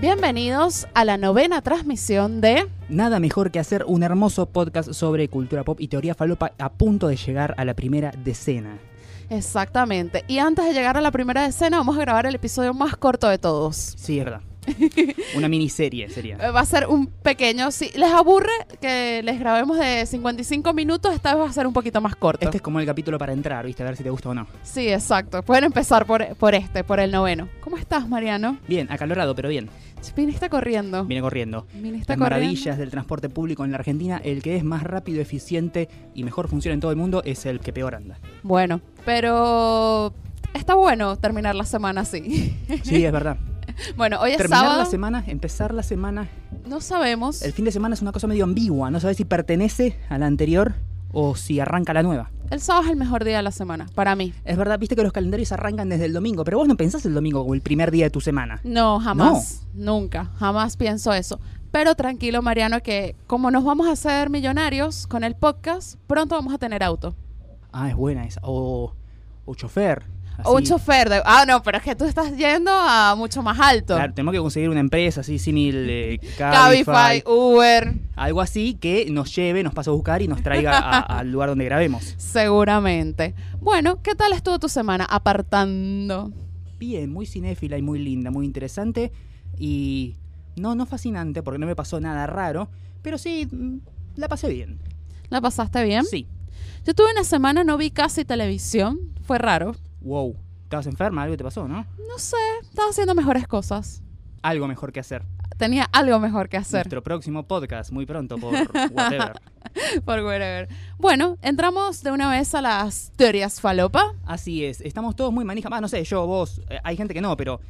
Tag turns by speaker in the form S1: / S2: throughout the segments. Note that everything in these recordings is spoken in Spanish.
S1: Bienvenidos a la novena transmisión de
S2: Nada mejor que hacer un hermoso podcast sobre cultura pop y teoría falopa a punto de llegar a la primera decena.
S1: Exactamente. Y antes de llegar a la primera escena, vamos a grabar el episodio más corto de todos.
S2: Sí, es verdad. Una miniserie sería.
S1: Eh, Va a ser un pequeño. Si les aburre que les grabemos de 55 minutos, esta vez va a ser un poquito más corto.
S2: Este es como el capítulo para entrar, ¿viste? A ver si te gusta o no.
S1: Sí, exacto. Pueden empezar por, por este, por el noveno. ¿Cómo estás, Mariano?
S2: Bien, acalorado, pero bien.
S1: Ch, Viniste corriendo.
S2: Viene corriendo.
S1: Viniste
S2: Las maravillas del transporte público en la Argentina, el que es más rápido, eficiente y mejor funciona en todo el mundo es el que peor anda.
S1: Bueno, pero está bueno terminar la semana así.
S2: Sí, es verdad.
S1: bueno, hoy es
S2: Terminar la
S1: sábado.
S2: semana, empezar la semana.
S1: no sabemos.
S2: El fin de semana es una cosa medio ambigua, no sabes si pertenece a la anterior o si arranca la nueva.
S1: El sábado es el mejor día de la semana, para mí.
S2: Es verdad, viste que los calendarios arrancan desde el domingo, pero vos no pensás el domingo como el primer día de tu semana.
S1: No, jamás, nunca, jamás pienso eso. Pero tranquilo, Mariano, que como nos vamos a hacer millonarios con el podcast, pronto vamos a tener auto.
S2: Ah, es buena esa. O, o chofer.
S1: O un
S2: así.
S1: chofer. de- ah, no, pero es que tú estás yendo a mucho más alto.
S2: Claro, tenemos que conseguir una empresa así, símil eh, Cabify,
S1: Cabify, Uber,
S2: algo así que nos lleve, nos pase a buscar y nos traiga a- al lugar donde grabemos.
S1: seguramente. Bueno, ¿qué tal estuvo tu semana? Apartando.
S2: Bien, muy cinéfila y muy linda, muy interesante y no, no fascinante porque no me pasó nada raro, pero sí mm, la pasé bien.
S1: ¿La pasaste bien?
S2: Sí.
S1: Yo tuve una semana, no vi casi televisión. Fue raro.
S2: Wow, estabas enferma, algo te pasó, ¿no?
S1: No sé, estaba haciendo mejores cosas.
S2: Algo mejor que hacer.
S1: Tenía algo mejor que hacer.
S2: Nuestro próximo podcast muy pronto por whatever.
S1: Por wherever. Bueno, entramos de una vez a las teorías falopa.
S2: Así es, estamos todos muy manija. Ah, no sé, yo, vos, eh, hay gente que no, pero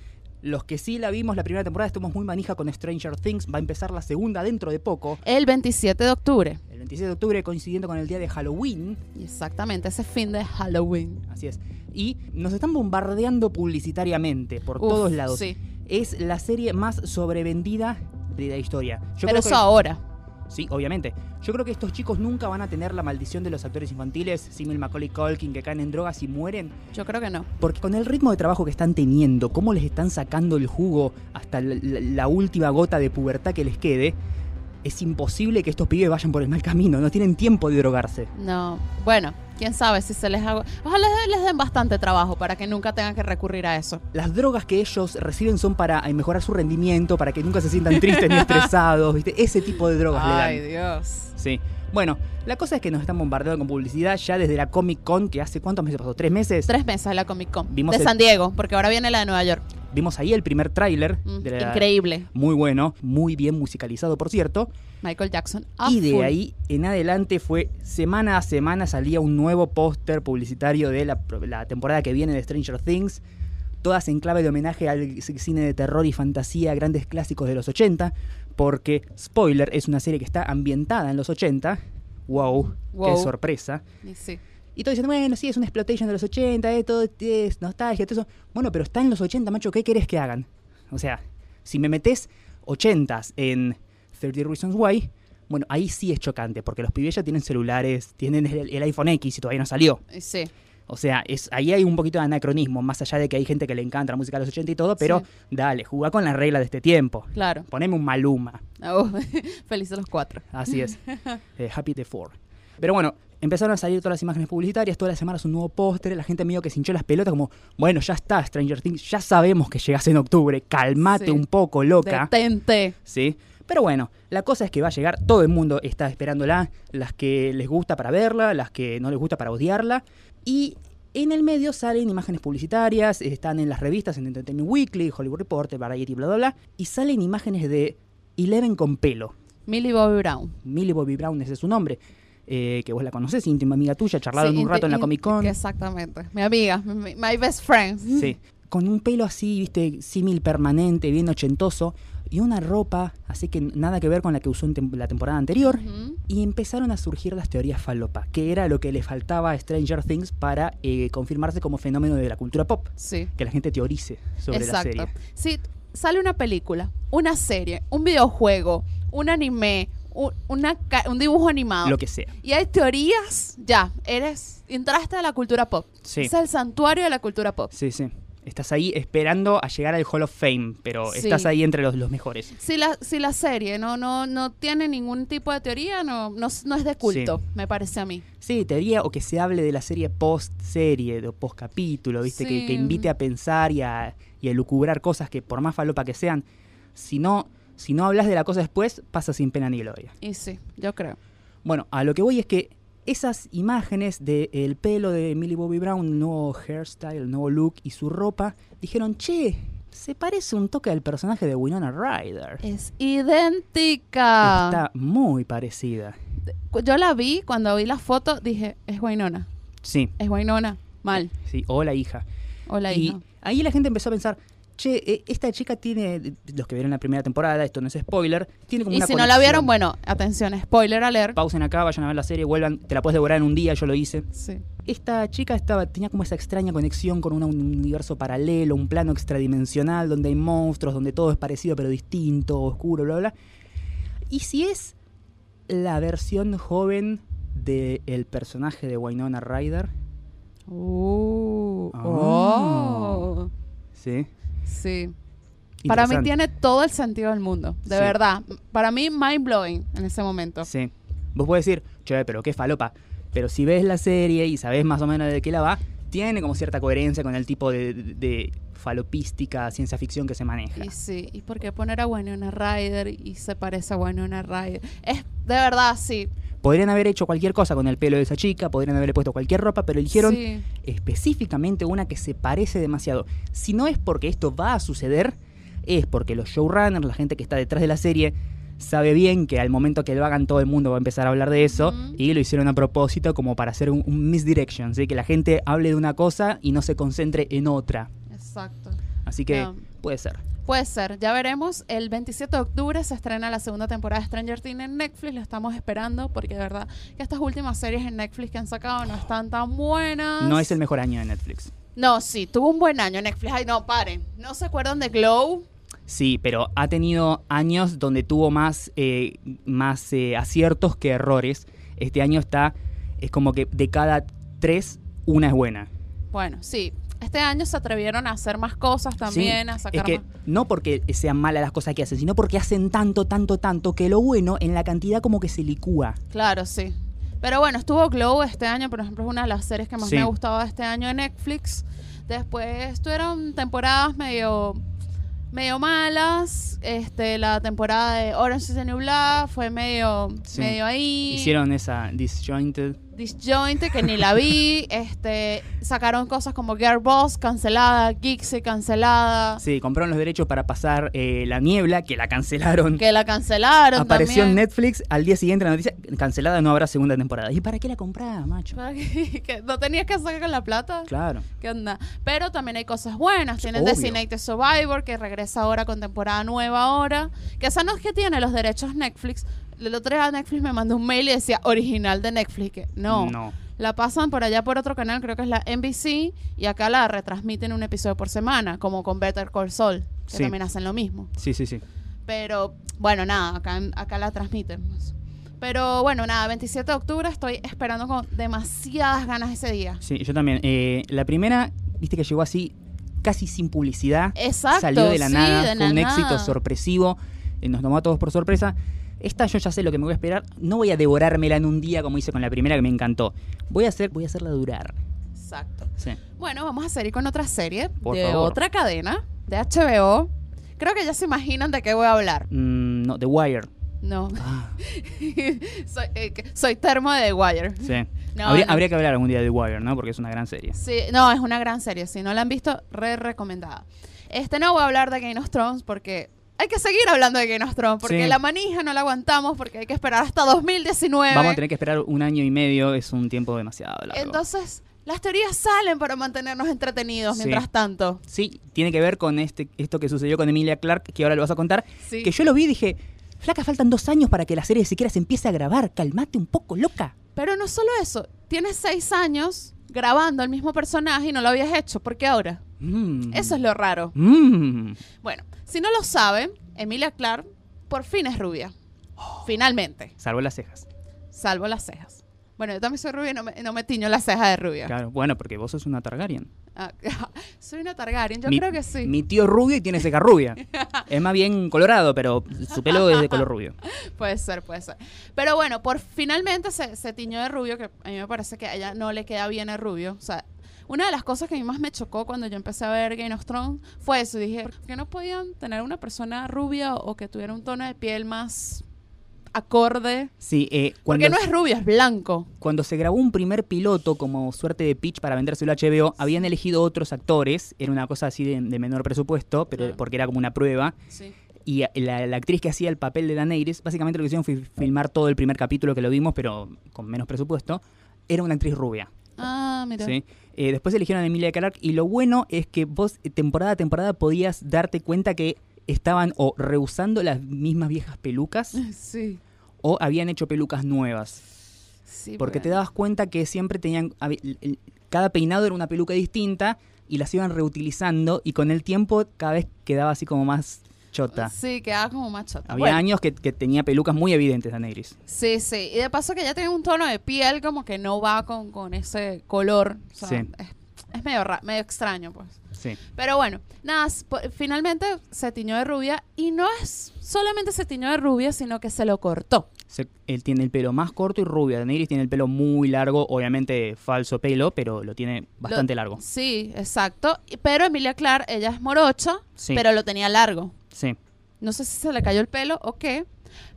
S2: los que sí la vimos la primera temporada estamos muy manija con Stranger Things. Va a empezar la segunda dentro de poco,
S1: El 27 de octubre.
S2: el 27 de octubre, coincidiendo con el día de Halloween.
S1: Exactamente, ese fin de Halloween.
S2: Así es. Y nos están bombardeando publicitariamente por
S1: Uf,
S2: todos lados.
S1: Sí,
S2: Es la serie más sobrevendida de la historia. Yo
S1: pero
S2: creo que-
S1: eso ahora.
S2: Sí, obviamente. Yo creo que estos chicos nunca van a tener la maldición de los actores infantiles, simil Macaulay Culkin, que caen en drogas y mueren.
S1: Yo creo que no.
S2: Porque con el ritmo de trabajo que están teniendo, cómo les están sacando el jugo hasta la, la- la última gota de pubertad que les quede, es imposible que estos pibes vayan por el mal camino. No tienen tiempo de drogarse.
S1: No. Bueno, quién sabe si se les hago. Ojalá les den bastante trabajo para que nunca tengan que recurrir a eso.
S2: Las drogas que ellos reciben son para eh, mejorar su rendimiento, para que nunca se sientan tristes ni estresados, ¿viste? Ese tipo de drogas
S1: Ay,
S2: le dan.
S1: Dios.
S2: Sí. Bueno, la cosa es que nos están bombardeando con publicidad ya desde la Comic Con, que hace cuántos meses pasó, tres meses.
S1: Tres meses de la Comic Con.
S2: Vimos
S1: de
S2: el-
S1: San Diego, porque ahora viene la de Nueva York.
S2: Vimos ahí el primer tráiler.
S1: Mm,
S2: de la-
S1: Increíble.
S2: Muy bueno, muy bien musicalizado, por cierto.
S1: Michael Jackson. a
S2: Y de
S1: full.
S2: ahí en adelante fue semana a semana salía un nuevo póster publicitario de la, la temporada que viene de Stranger Things, todas en clave de homenaje al cine de terror y fantasía, grandes clásicos de los 80, porque spoiler es una serie que está ambientada en los 80. Wow,
S1: Wow.
S2: qué sorpresa.
S1: Y Sí.
S2: Y todos dicen, bueno, sí, es una exploitation de los 80, eh, todo es nostalgia, todo eso. Bueno, pero está en los 80, macho, ¿qué querés que hagan? O sea, si me metes 80s en 30 Reasons Why, bueno, ahí sí es chocante, porque los pibes ya tienen celulares, tienen el, el iPhone X y todavía no salió.
S1: Y Sí.
S2: O sea, es, ahí hay un poquito de anacronismo, más allá de que hay gente que le encanta la música de los 80 y todo, pero
S1: Sí.
S2: dale, jugá con las reglas de este tiempo.
S1: Claro.
S2: Poneme un Maluma.
S1: Oh, felices los cuatro.
S2: Así es. Eh, Happy the Four. Pero bueno, empezaron a salir todas las imágenes publicitarias, todas las semanas un nuevo póster, la gente medio que se hinchó las pelotas, como, bueno, ya está, Stranger Things, ya sabemos que llegas en octubre, calmate
S1: Sí.
S2: un poco, loca.
S1: Detente.
S2: ¿Sí? Pero bueno, la cosa es que va a llegar, todo el mundo está esperándola, las que les gusta para verla, las que no les gusta para odiarla, y en el medio salen imágenes publicitarias, están en las revistas, en Entertainment Weekly, Hollywood Reporter, Variety, bla, bla, bla, y salen imágenes de Eleven con pelo.
S1: Millie Bobby Brown.
S2: Millie Bobby Brown, ese es su nombre, eh, que vos la conocés, íntima amiga tuya, charlaron
S1: Sí,
S2: un rato en la
S1: inte-
S2: Comic Con.
S1: Exactamente. Mi amiga, mi- my best friend.
S2: Sí. Con un pelo así, viste, símil permanente, bien ochentoso, y una ropa, así que nada que ver con la que usó en tem- la temporada anterior.
S1: Ujú.
S2: Y empezaron a surgir las teorías falopa, que era lo que le faltaba a Stranger Things para eh, confirmarse como fenómeno de la cultura pop.
S1: Sí.
S2: Que la gente teorice sobre
S1: Exacto.
S2: la serie.
S1: Si sale una película, una serie, un videojuego, un anime, un, una ca- un dibujo animado.
S2: Lo que sea.
S1: y hay teorías, ya, eres, entraste a la cultura pop.
S2: Sí.
S1: Es el santuario de la cultura pop.
S2: Sí, sí. Estás ahí esperando a llegar al Hall of Fame, pero
S1: Sí.
S2: estás ahí entre los, los mejores.
S1: Si la, si la serie no, no, no tiene ningún tipo de teoría, no, no, no es de culto, me parece a mí.
S2: Sí, teoría o que se hable de la serie post-serie, o post-capítulo, ¿viste? Que,
S1: Sí.
S2: que invite a pensar y a, y a lucubrar cosas que, por más falopa que sean, si no, si no hablas de la cosa después, pasa sin pena ni gloria.
S1: Y sí, yo creo.
S2: Bueno, a lo que voy es que esas imágenes del pelo de Millie Bobby Brown, el nuevo hairstyle, el nuevo look y su ropa, dijeron, che, se parece un toque al personaje de Winona Ryder.
S1: Es idéntica.
S2: Está muy parecida.
S1: Cu- Yo la vi, cuando vi la foto, dije, es Guainona,
S2: Sí,
S1: es Guainona, mal,
S2: sí, o la hija.
S1: o la
S2: y
S1: hija.
S2: ahí la gente empezó a pensar, che, eh, esta chica tiene, los que vieron la primera temporada, esto no es spoiler, tiene como
S1: Y si
S2: una
S1: no la vieron,
S2: conexión.
S1: bueno, atención, spoiler alert.
S2: Pausen acá, vayan a ver la serie, vuelvan, te la puedes devorar en un día, yo lo hice.
S1: Sí.
S2: Esta chica estaba, tenía como esa extraña conexión con un universo paralelo, un plano extradimensional donde hay monstruos, donde todo es parecido pero distinto, oscuro, bla, bla. Y si es la versión joven del personaje de Winona Ryder,
S1: Uh,
S2: Ah.
S1: oh.
S2: ¿sí?
S1: Sí. Para mí
S2: Interesante.
S1: tiene todo el sentido del mundo, de
S2: Sí.
S1: verdad. Para mí, mind blowing en ese momento.
S2: Sí. Vos podés decir, che, pero qué falopa. Pero si ves la serie y sabés más o menos de qué la va, tiene como cierta coherencia con el tipo de, de falopística ciencia ficción que se maneja.
S1: Y sí, ¿y por qué poner a Winona Ryder y se parece a Winona Ryder? Es de verdad, sí.
S2: Podrían haber hecho cualquier cosa con el pelo de esa chica, podrían haberle puesto cualquier ropa, pero eligieron
S1: Sí.
S2: específicamente una que se parece demasiado. Si no es porque esto va a suceder, es porque los showrunners, la gente que está detrás de la serie, sabe bien que al momento que lo hagan todo el mundo va a empezar a hablar de eso
S1: Ujú.
S2: y lo hicieron a propósito como para hacer un, un misdirection, ¿sí? que la gente hable de una cosa y no se concentre en otra.
S1: Exacto.
S2: Así que
S1: No.
S2: puede ser.
S1: Puede ser, ya veremos. El 27 de octubre se estrena la segunda temporada de Stranger Things en Netflix. Lo estamos esperando porque de verdad que estas últimas series en Netflix que han sacado no están tan buenas.
S2: No es el mejor año de Netflix.
S1: No, sí, tuvo un buen año Netflix. Ay, no, paren. ¿No se acuerdan de Glow?
S2: Sí, pero ha tenido años donde tuvo más, eh, más eh, aciertos que errores. Este año está, es como que de cada tres, una es buena.
S1: Bueno, sí. Este año se atrevieron a hacer más cosas también, a
S2: Sí,
S1: sacar
S2: es que
S1: más.
S2: no porque sean malas las cosas que hacen, sino porque hacen tanto, tanto, tanto que lo bueno en la cantidad como que se licúa.
S1: Claro, sí. Pero bueno, estuvo Glow este año, por ejemplo, es una de las series que más
S2: Sí.
S1: me ha gustado de este año en Netflix. Después tuvieron temporadas medio medio malas. Este, la temporada de Orange is the New Black fue medio
S2: Sí.
S1: medio ahí.
S2: Hicieron esa disjointed.
S1: Disjointed, que ni la vi. este, sacaron cosas como Girl Boss cancelada, Gixie cancelada,
S2: Sí, compraron los derechos para pasar eh, la niebla, que la cancelaron.
S1: que la cancelaron
S2: Apareció en
S1: también.
S2: Netflix al día siguiente la noticia, cancelada, no habrá segunda temporada. ¿Y para qué la comprás, macho?
S1: Que no tenías que sacar la plata.
S2: Claro.
S1: ¿Qué onda? Pero también hay cosas buenas. Tienen
S2: obvio.
S1: Designated Survivor, que regresa ahora con temporada nueva ahora. Que esa no es que tiene los derechos Netflix. El otro día Netflix me mandó un mail y decía original de Netflix. que no,
S2: No.
S1: La pasan por allá por otro canal, creo que es la NBC. Y acá la retransmiten un episodio por semana, como con Better Call Saul. Que
S2: Sí.
S1: también hacen lo mismo.
S2: Sí, sí, sí.
S1: Pero bueno, nada, acá, acá la transmiten. pues. Pero bueno, nada, 27 de octubre estoy esperando con demasiadas ganas ese día.
S2: Sí, yo también. Eh, la primera, viste que llegó así, casi sin publicidad.
S1: Exacto.
S2: salió de la
S1: sí,
S2: nada,
S1: de
S2: fue
S1: la
S2: un éxito
S1: nada.
S2: sorpresivo, eh, nos tomó a todos por sorpresa. Esta yo ya sé lo que me voy a esperar, no voy a devorármela en un día como hice con la primera que me encantó. Voy a hacer, voy a hacerla durar.
S1: Exacto.
S2: Sí.
S1: Bueno, vamos a seguir con otra serie
S2: Por
S1: de
S2: favor.
S1: otra cadena, de HBO. Creo que ya se imaginan de qué voy a hablar.
S2: Mm, no, The Wire.
S1: No,
S2: Ah,
S1: soy, eh, que- soy termo de The Wire.
S2: sí.
S1: No,
S2: habría,
S1: no.
S2: habría que hablar algún día de The Wire, ¿no? Porque es una gran serie.
S1: Sí, no, es una gran serie. Si no la han visto, re recomendada. Este no voy a hablar de Game of Thrones porque hay que seguir hablando de Game of Thrones porque
S2: Sí.
S1: la manija no la aguantamos porque hay que esperar hasta 2019.
S2: Vamos a tener que esperar un año y medio, es un tiempo demasiado largo.
S1: eh. Entonces, las teorías salen para mantenernos entretenidos
S2: Sí.
S1: mientras tanto.
S2: sí, tiene que ver con este, esto que sucedió con Emilia Clark, que ahora lo vas a contar.
S1: Sí.
S2: Que yo lo vi y dije, flaca, faltan dos años para que la serie siquiera se empiece a grabar. Calmate un poco, loca.
S1: Pero no solo eso, tienes seis años grabando el mismo personaje y no lo habías hecho, ¿por qué ahora?
S2: Mm.
S1: Eso es lo raro.
S2: Mmm.
S1: Bueno, si no lo saben, Emilia Clark por fin es rubia. Finalmente,
S2: Salvo las cejas.
S1: salvo las cejas. Bueno, yo también soy rubia y no me, no me tiño la ceja de rubia.
S2: Claro, bueno, porque vos sos una Targaryen.
S1: Ah, soy una Targaryen, yo
S2: mi,
S1: creo que sí.
S2: Mi tío rubio y tiene ceja rubia. es más bien colorado, pero su pelo es de color rubio.
S1: Puede ser, puede ser. Pero bueno, por finalmente se, se tiñó de rubio, que a mí me parece que a ella no le queda bien el rubio. O sea, una de las cosas que a mí más me chocó cuando yo empecé a ver Game of Thrones fue eso. Y dije, ¿por qué no podían tener una persona rubia o que tuviera un tono de piel más acorde?
S2: Sí, eh, cuando,
S1: Porque no es rubio, es blanco.
S2: cuando se grabó un primer piloto como suerte de pitch para vendérselo a HBO, habían elegido otros actores. Era una cosa así de, de menor presupuesto, pero
S1: Claro.
S2: porque era como una prueba.
S1: Sí.
S2: Y la, la actriz que hacía el papel de Daenerys, básicamente lo que hicieron fue filmar todo el primer capítulo que lo vimos, pero con menos presupuesto. Era una actriz rubia.
S1: Ah, mira.
S2: ¿sí? Eh, después eligieron a Emilia Clarke y lo bueno es que vos eh, temporada a temporada podías darte cuenta que estaban o rehusando las mismas viejas pelucas
S1: Mm. Sí.
S2: o habían hecho pelucas nuevas.
S1: sí pues.
S2: Porque te dabas cuenta que siempre tenían, habi- el- el- cada peinado era una peluca distinta y las iban reutilizando y con el tiempo cada vez quedaba así como más chota.
S1: Sí, quedaba como machota.
S2: Había años que, que tenía pelucas muy evidentes Daenerys.
S1: Sí, sí. Y de paso que ya tiene un tono de piel como que no va con, con ese color. O sea,
S2: Sí.
S1: es, es medio, ra- medio extraño, pues.
S2: Sí.
S1: Pero bueno, nada, s- po- finalmente se tiñó de rubia y no es solamente se tiñó de rubia, sino que se lo cortó.
S2: Se- él tiene el pelo más corto y rubio. Daenerys tiene el pelo muy largo, obviamente falso pelo, pero lo tiene bastante
S1: Lo-
S2: largo.
S1: Sí, exacto. Y- Pero Emilia Clark, ella es morocha,
S2: Sí.
S1: pero lo tenía largo.
S2: Sí.
S1: No sé si se le cayó el pelo o qué,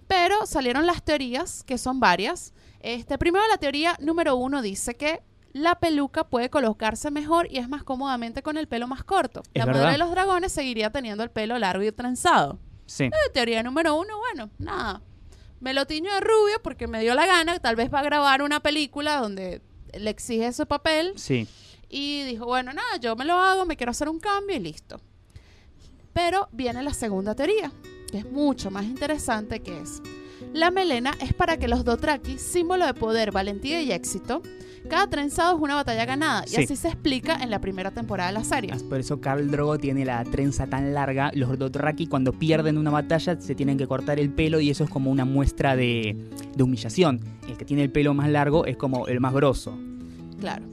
S1: pero salieron las teorías, que son varias. Este, primero la teoría número uno dice que la peluca puede colocarse mejor y es más cómodamente con el pelo más corto.
S2: Es
S1: la
S2: verdad.
S1: madre de los dragones seguiría teniendo el pelo largo y trenzado.
S2: Sí.
S1: Eh, teoría número uno, bueno, nada. Me lo tiño de rubio porque me dio la gana, tal vez va a grabar una película donde le exige ese papel
S2: Sí.
S1: y dijo, bueno, nada, yo me lo hago, me quiero hacer un cambio y listo. Pero viene la segunda teoría, que es mucho más interesante, que es, la melena es para que los Dothraki, símbolo de poder, valentía y éxito, cada trenzado es una batalla ganada,
S2: Sí.
S1: y así se explica en la primera temporada de la serie.
S2: Ah, Por eso Carl Drogo tiene la trenza tan larga. Los Dothraki cuando pierden una batalla se tienen que cortar el pelo y eso es como una muestra de, de humillación. El que tiene el pelo más largo es como el más grosso.
S1: Claro.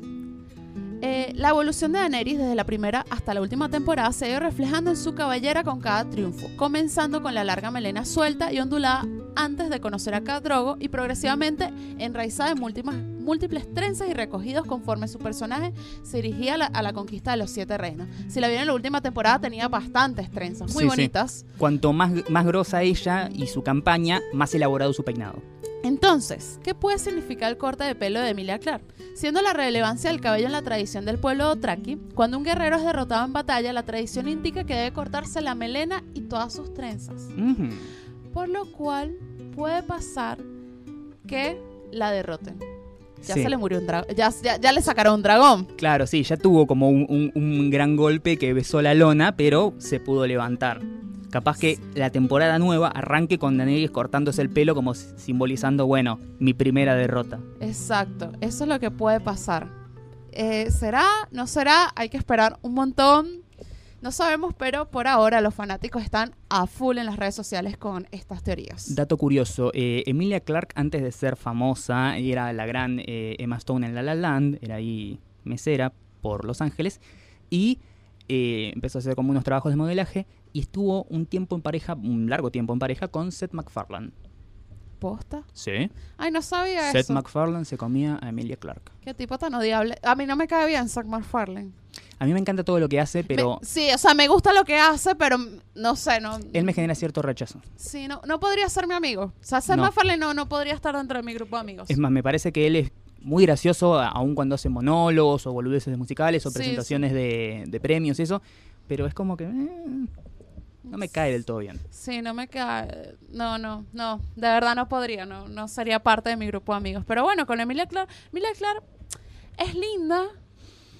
S1: Eh, la evolución de Daenerys desde la primera hasta la última temporada se ve reflejando en su cabellera con cada triunfo, comenzando con la larga melena suelta y ondulada antes de conocer a Khal Drogo y progresivamente enraizada en múltiples, múltiples trenzas y recogidos conforme su personaje se dirigía a la, a la conquista de los siete reinos. Si la vieron en la última temporada tenía bastantes trenzas, muy
S2: Sí, sí.
S1: bonitas.
S2: Cuanto más, más grosa ella y su campaña, más elaborado su peinado.
S1: Entonces, ¿qué puede significar el corte de pelo de Emilia Clark? Siendo la relevancia del cabello en la tradición del pueblo Dothraki, cuando un guerrero es derrotado en batalla, la tradición indica que debe cortarse la melena y todas sus trenzas.
S2: Ujú.
S1: Por lo cual, puede pasar que la derroten. Ya
S2: Sí.
S1: se le murió un dragón. Ya, ya- ya le sacaron un dragón.
S2: Claro, sí, ya tuvo como un, un- un gran golpe que besó la lona, pero se pudo levantar. Capaz que la temporada nueva arranque con Daenerys cortándose el pelo como si- simbolizando, bueno, mi primera derrota.
S1: Exacto, eso es lo que puede pasar. Eh, ¿Será? ¿No será? Hay que esperar un montón. No sabemos, pero por ahora los fanáticos están a full en las redes sociales con estas teorías.
S2: Dato curioso, eh, Emilia Clarke antes de ser famosa era la gran eh, Emma Stone en La La Land, era ahí mesera por Los Ángeles y eh, empezó a hacer como unos trabajos de modelaje y estuvo un tiempo en pareja, un largo tiempo en pareja con Seth MacFarlane.
S1: ¿Posta?
S2: Sí.
S1: Ay, no sabía
S2: Seth
S1: eso.
S2: MacFarlane se comía a Emilia Clarke.
S1: Qué tipo tan odiable. A mí no me cae bien Zack McFarlane.
S2: A mí me encanta todo lo que hace, pero
S1: Me- sí, o sea, me gusta lo que hace, pero mm, no sé, no.
S2: él me genera cierto rechazo.
S1: Sí, no, no podría ser mi amigo. O sea, Zack
S2: No.
S1: McFarlane no, no podría estar dentro de mi grupo de amigos.
S2: Es más, me parece que él es muy gracioso, a- aun cuando hace monólogos o boludeces musicales o
S1: Sí,
S2: presentaciones De, de premios y eso, pero es como que eh, no me cae del todo bien.
S1: Sí, no me cae. No, no, no. De verdad no podría. No, no sería parte de mi grupo de amigos. Pero bueno, con Emilia Clark. Emilia Clark es linda,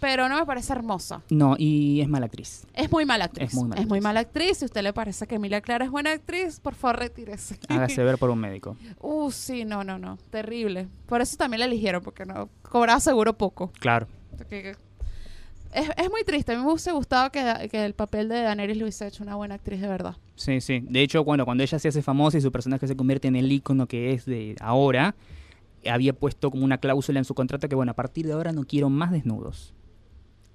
S1: pero no me parece hermosa.
S2: No, y es mala actriz.
S1: Es muy mala actriz.
S2: Es muy mala actriz.
S1: mala actriz. Si a usted le parece que Emilia Clark es buena actriz, por favor, retírese.
S2: Hágase ver por un médico.
S1: Uh, sí, no, no, no. Terrible. Por eso también la eligieron, porque no cobraba seguro poco.
S2: Claro.
S1: Porque- Es, es muy triste. A mí me hubiese gustado que, que el papel de Daenerys lo hubiese hecho una buena actriz de verdad.
S2: Sí, sí. De hecho, bueno, cuando ella se hace famosa y su personaje se convierte en el ícono que es de ahora, había puesto como una cláusula en su contrato que, bueno, a partir de ahora no quiero más desnudos.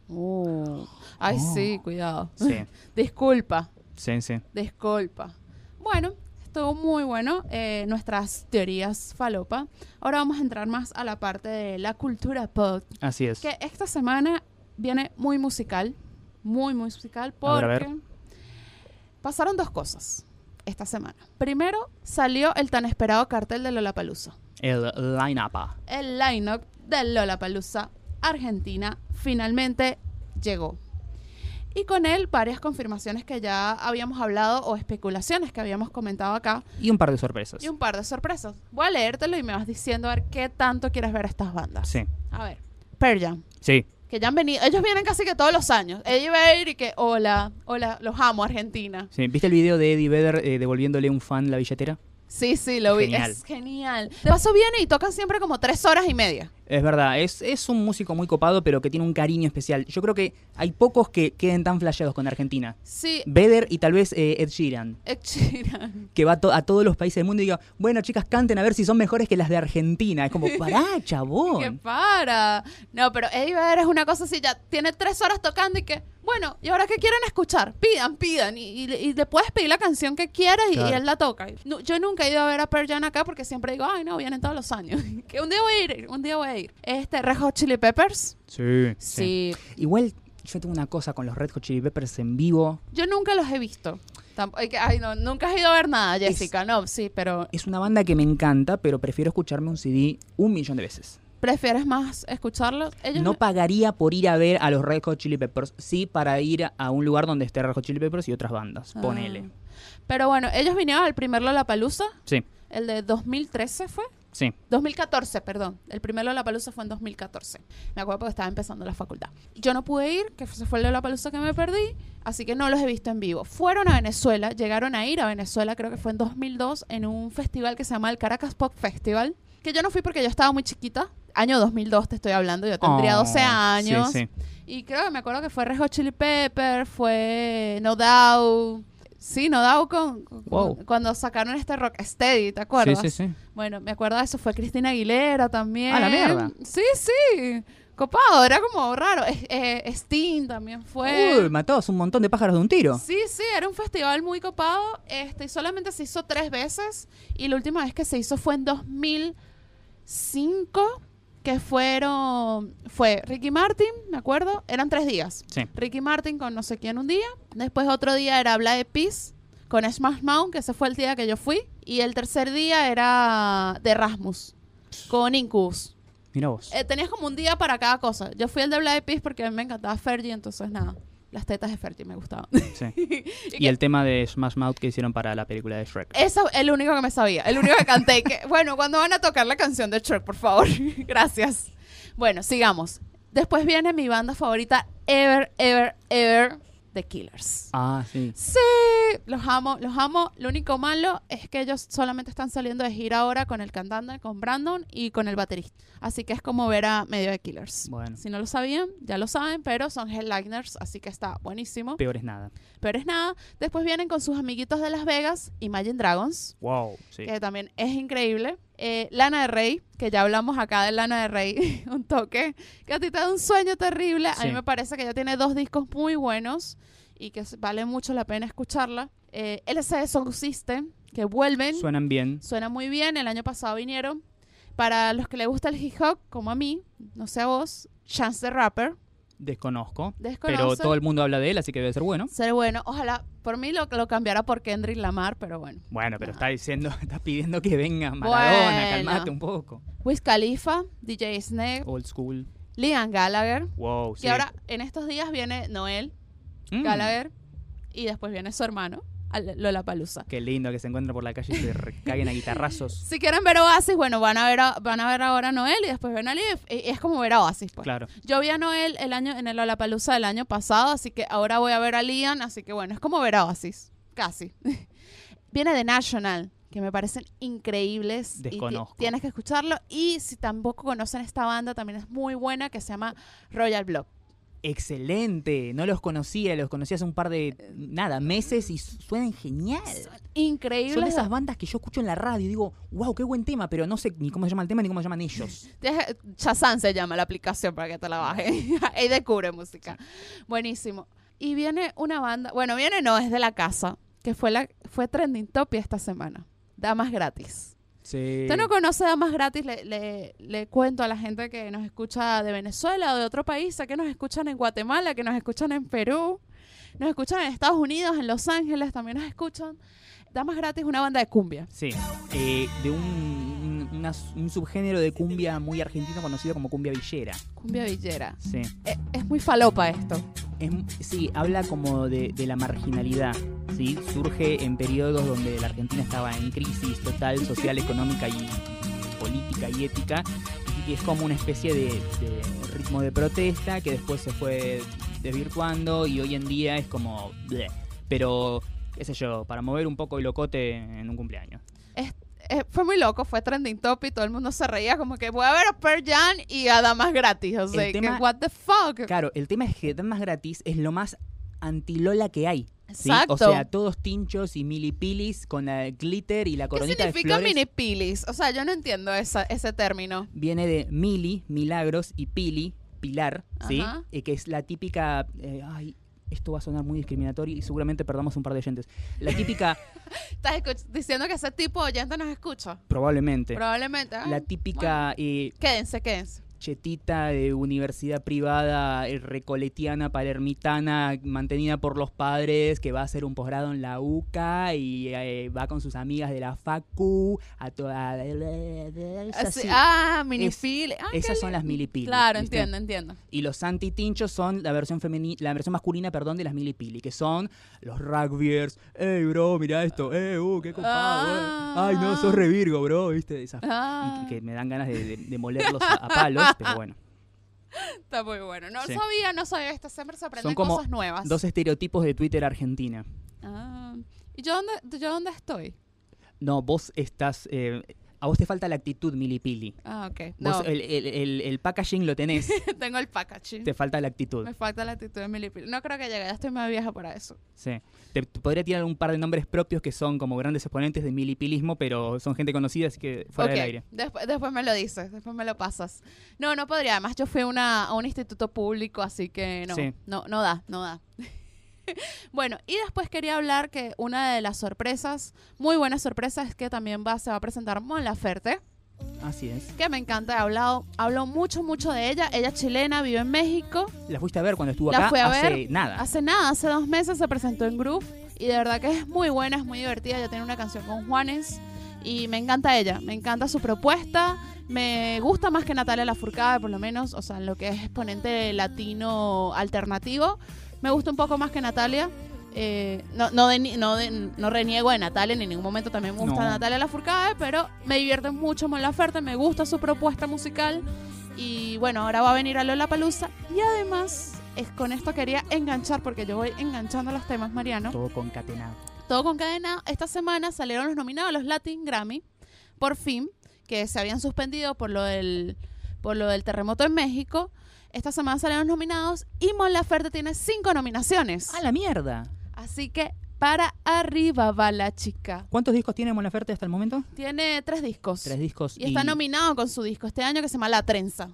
S1: Oh. Ay,
S2: Oh.
S1: sí, cuidado.
S2: Sí,
S1: Disculpa,
S2: sí, sí.
S1: disculpa. Bueno, estuvo muy bueno eh, nuestras teorías falopa. Ahora vamos a entrar más a la parte de la cultura pop.
S2: Así es.
S1: Que esta semana viene muy musical, muy muy musical,
S2: A ver,
S1: porque
S2: a ver.
S1: pasaron dos cosas esta semana. Primero, salió el tan esperado cartel de Lollapalooza.
S2: El line-up.
S1: El line-up de Lollapalooza Argentina finalmente llegó. Y con él varias confirmaciones que ya habíamos hablado o especulaciones que habíamos comentado acá
S2: Y un par de sorpresas.
S1: y un par de sorpresas. Voy a leértelo y me vas diciendo a ver qué tanto quieres ver a estas bandas.
S2: Sí,
S1: A ver, Pearl Jam.
S2: sí.
S1: que ya han venido, ellos vienen casi que todos los años. Ella iba a ir y que, hola, hola, los amo, Argentina.
S2: sí. ¿Viste el video de Eddie Vedder eh, devolviéndole un fan la billetera?
S1: Sí, sí, lo vi.
S2: Genial.
S1: Es genial. De paso viene y tocan siempre como tres horas y media.
S2: Es verdad, es, es un músico muy copado, pero que tiene un cariño especial. Yo creo que hay pocos que queden tan flasheados con Argentina.
S1: Sí,
S2: Vedder y tal vez eh, Ed Sheeran,
S1: Ed Sheeran.
S2: que va a to- a todos los países del mundo y diga, bueno, chicas, canten a ver si son mejores que las de Argentina. Es como, pará,
S1: Que
S2: chabón.
S1: para. No, pero Eddie Vedder es una cosa así, ya tiene tres horas tocando y que, bueno, ¿y ahora qué quieren escuchar? Pidan, pidan. Y, y le- y le puedes pedir la canción que quieras y, y
S2: Claro.
S1: él la toca. No, yo nunca he ido a ver a Pearl Jam acá porque siempre digo, ay, no, vienen todos los años. que un día voy a ir, un día voy a ir. Este, Red Hot Chili Peppers.
S2: Sí,
S1: Sí.
S2: Igual yo tengo una cosa con los Red Hot Chili Peppers en vivo.
S1: Yo nunca los he visto. Tamp- ay, que- ay, no, nunca has ido a ver nada, Jessica. No, sí, pero
S2: Es una banda que me encanta, pero prefiero escucharme un CD un millón de veces.
S1: ¿prefieres más escucharlos? Ellos
S2: No pagaría por ir a ver a los Red Hot Chili Peppers, sí para ir a un lugar donde esté Red Hot Chili Peppers y otras bandas.
S1: Ah.
S2: Ponele.
S1: Pero bueno, ellos vinieron al primer Lollapalooza,
S2: Sí,
S1: el de 2013 fue.
S2: sí.
S1: 2014, perdón. El primer Lollapalooza fue en 2014. Me acuerdo porque estaba empezando la facultad. Yo no pude ir, que se fue el Lollapalooza que me perdí, así que no los he visto en vivo. Fueron a Venezuela, llegaron a ir a Venezuela, creo que fue en 2002, en un festival que se llama el Caracas Pop Festival, que yo no fui porque yo estaba muy chiquita. Año 2002 te estoy hablando, yo tendría
S2: Oh,
S1: 12 años.
S2: Sí, sí.
S1: Y creo que me acuerdo que fue Red Hot Chili Pepper, fue No Doubt. Sí, No Doubt con, con-
S2: Wow.
S1: cuando sacaron este Rock Steady, ¿te acuerdas?
S2: Sí, sí, sí.
S1: Bueno, me acuerdo de eso, fue Cristina Aguilera también.
S2: Ah, la mierda.
S1: Sí, sí. Copado, era como raro. Es- eh, Sting también fue.
S2: Uy, matados un montón de pájaros de un tiro.
S1: sí, sí, era un festival muy copado. Este, y solamente se hizo tres veces. Y la última vez que se hizo fue en 2005, que fueron. Fue Ricky Martin, me acuerdo. Eran tres días.
S2: Sí.
S1: Ricky Martin con no sé quién un día. Después otro día era Black de Peace con Smash Mouth, que ese fue el día que yo fui. Y el tercer día era de Rasmus con Incubus.
S2: Mira vos.
S1: Eh, tenías como un día para cada cosa. Yo fui el de Black de Peace porque a mí me encantaba Fergie, entonces nada. Las tetas de Fergie me gustaban.
S2: Sí.
S1: Y
S2: Y el tema de Smash Mouth que hicieron para la película de Shrek.
S1: Eso es el único que me sabía, el único que canté. Que, bueno, cuando van a tocar la canción de Shrek, por favor? Gracias. Bueno, sigamos. Después viene mi banda favorita ever, ever, ever, The Killers.
S2: Ah, sí.
S1: Sí, los amo, los amo. Lo único malo es que ellos solamente están saliendo de gira ahora con el cantante, con Brandon y con el baterista. Así que es como ver a medio de Killers.
S2: Bueno.
S1: Si no lo sabían, ya lo saben, pero son headliners, así que está buenísimo.
S2: Peor es nada.
S1: Pero es nada. Después vienen con sus amiguitos de Las Vegas, Imagine Dragons,
S2: Wow. Sí.
S1: que también es increíble. Eh, Lana de Rey, que ya hablamos acá de Lana de Rey, un toque, que a ti te da un sueño terrible. A mí
S2: Sí.
S1: me parece que ella tiene dos discos muy buenos y que s- vale mucho la pena escucharla. Eh, LCD Song System, que vuelven, suena.
S2: Suenan bien.
S1: muy bien, el año pasado vinieron. Para los que les gusta el hip hop, como a mí, no sé a vos, Chance the Rapper,
S2: Desconozco. Pero
S1: desconoce,
S2: todo el mundo habla de él, así que debe ser bueno.
S1: ser bueno. Ojalá, por mí lo, lo cambiara por Kendrick Lamar, pero bueno.
S2: Bueno, pero
S1: No.
S2: está diciendo, está pidiendo que venga Maradona,
S1: Ah. Bueno.
S2: calmate un poco.
S1: Wiz Khalifa, DJ Snake,
S2: Old school.
S1: Liam Gallagher,
S2: Wow,
S1: Y
S2: Pues sí.
S1: ahora, en estos días viene Noel
S2: Mm,
S1: Gallagher y después viene su hermano, Lola Palusa.
S2: Qué lindo que se encuentran por la calle y se re- caguen a guitarrazos.
S1: Si quieren ver Oasis, bueno, van a ver, a- van a ver ahora a Noel y después ven a Liv. Y- y es como ver a Oasis, pues.
S2: Claro.
S1: Yo vi a Noel el año, en el Lollapalooza del año pasado, así que ahora voy a ver a Liam, así que bueno, es como ver a Oasis, casi. Viene de National, que me parecen increíbles. y ti-
S2: Desconozco.
S1: tienes que escucharlo. Y si tampoco conocen esta banda, también es muy buena, que se llama Royal Blood.
S2: excelente. No los conocía, los conocí hace un par de, nada, meses y su- suenan genial. Son
S1: Increíble.
S2: esas bandas que yo escucho en la radio y digo, wow, qué buen tema, pero no sé ni cómo se llama el tema ni cómo se llaman ellos.
S1: Deja- Shazam se llama la aplicación para que te la bajes. Ahí descubre música. Buenísimo. Y viene una banda, bueno, viene no, es de la casa, que fue la fue trending topic esta semana. Damas gratis.
S2: Sí.
S1: Usted no conoce Damas Gratis, le, le- le cuento a la gente que nos escucha de Venezuela o de otro país, sé que nos escuchan en Guatemala, que nos escuchan en Perú, nos escuchan en Estados Unidos, en Los Ángeles, también nos escuchan. Damas Gratis es una banda de cumbia.
S2: Sí, eh, de un, un- una- un subgénero de cumbia muy argentino conocido como cumbia villera.
S1: Cumbia Villera.
S2: Sí,
S1: Eh, es muy falopa esto.
S2: Es mu- sí habla como de, de la marginalidad. ¿sí? Surge en periodos donde la Argentina estaba en crisis total, social, económica y política y ética. Y es como una especie de, de ritmo de protesta que después se fue desvirtuando y hoy en día es como... bleh. Pero, qué sé yo, para mover un poco el locote en un cumpleaños.
S1: Eh, fue muy loco, fue trending topic, todo el mundo se reía como que voy a ver a Pearl Jam y a Damas Gratis. O sea, que
S2: tema-
S1: what the fuck.
S2: Claro, el tema es que más gratis es lo más antilola que hay. ¿sí?
S1: Exacto.
S2: O sea, todos tinchos y milipilis con la glitter y la
S1: ¿Qué
S2: coronita de
S1: significa
S2: flores.
S1: mini pilis? O sea, yo no entiendo esa- ese término.
S2: Viene de mili, milagros, y pili, pilar, ¿sí?
S1: Ajá.
S2: Eh, que es la típica... eh, ay, esto va a sonar muy discriminatorio y seguramente perdamos un par de oyentes. La típica,
S1: Estás escuch- diciendo que ese tipo de oyente nos escucha.
S2: probablemente,
S1: Probablemente. ah,
S2: la típica eh,
S1: Quédense, quédense.
S2: chetita de universidad privada eh, recoletiana, palermitana, mantenida por los padres, que va a hacer un posgrado en la UCA y eh, va con sus amigas de la FACU a toda... es
S1: Así,
S2: así.
S1: ah, mini
S2: Es- Esas son las milipilis.
S1: Claro,
S2: ¿viste?
S1: entiendo, entiendo.
S2: Y los antitinchos son la versión femeni- la versión masculina, perdón, de las milipili, que son los rugbyers. Ey, bro, mira esto.
S1: Ah.
S2: Ey, uh, qué copado. eh. Ay, no, sos re virgo, bro, viste, esas
S1: Ah,
S2: y que me dan ganas de, de- de molerlos a, a palos, pero bueno.
S1: está muy bueno. No
S2: Sí.
S1: sabía, no sabía. Esta siempre se aprenden
S2: Son como
S1: cosas nuevas.
S2: Dos estereotipos de Twitter Argentina.
S1: Ah, ¿Y yo dónde, yo dónde estoy?
S2: No, vos estás. eh, a vos te falta la actitud, Milipili.
S1: Ah, ok. No,
S2: Vos el, el- el- el packaging lo tenés,
S1: tengo el packaging.
S2: te falta la actitud.
S1: Me falta la actitud de milipil. No creo que llegue, ya estoy más vieja para eso.
S2: Sí. Te, te podría tirar un par de nombres propios que son como grandes exponentes de milipilismo, pero son gente conocida, así que fuera
S1: Ok,
S2: del aire.
S1: despu- después me lo dices, después me lo pasas. No, no podría. Además, yo fui a una, a un instituto público, así que no,
S2: Sí.
S1: no, no da, no da. bueno, y después quería hablar que una de las sorpresas, muy buena sorpresa, es que también va, se va a presentar Mon Laferte,
S2: Así es.
S1: que me encanta. He hablado, hablo mucho, mucho de ella. Ella es chilena, vive en México.
S2: La fuiste a ver cuando estuvo
S1: La
S2: acá
S1: fui a
S2: hace
S1: ver
S2: nada.
S1: Hace nada, hace dos meses se presentó en Groove y de verdad que es muy buena, es muy divertida. Ya tiene una canción con Juanes y me encanta ella, me encanta su propuesta. Me gusta más que Natalia Lafourcade, por lo menos, o sea, en lo que es exponente latino alternativo. Me gusta un poco más que Natalia. Eh, no, no, de- no, de- no reniego de Natalia, ni en ningún momento también me gusta
S2: No.
S1: Natalia Lafourcade, pero me divierte mucho Mon Laferte, me gusta su propuesta musical. Y bueno, ahora va a venir a Lola Palusa. Y además, es con esto quería enganchar, porque yo voy enganchando los temas, Mariano.
S2: Todo concatenado.
S1: Todo concadenado. Esta semana salieron los nominados a los Latin Grammy, por fin, que se habían suspendido por lo del, por lo del terremoto en México. Esta semana salieron los nominados y Mon Laferte tiene cinco nominaciones.
S2: ¡A la mierda!
S1: Así que para arriba va la chica.
S2: ¿Cuántos discos tiene Mon Laferte hasta el momento?
S1: Tiene tres discos.
S2: Tres discos.
S1: y está nominado con su disco este año que se llama La Trenza.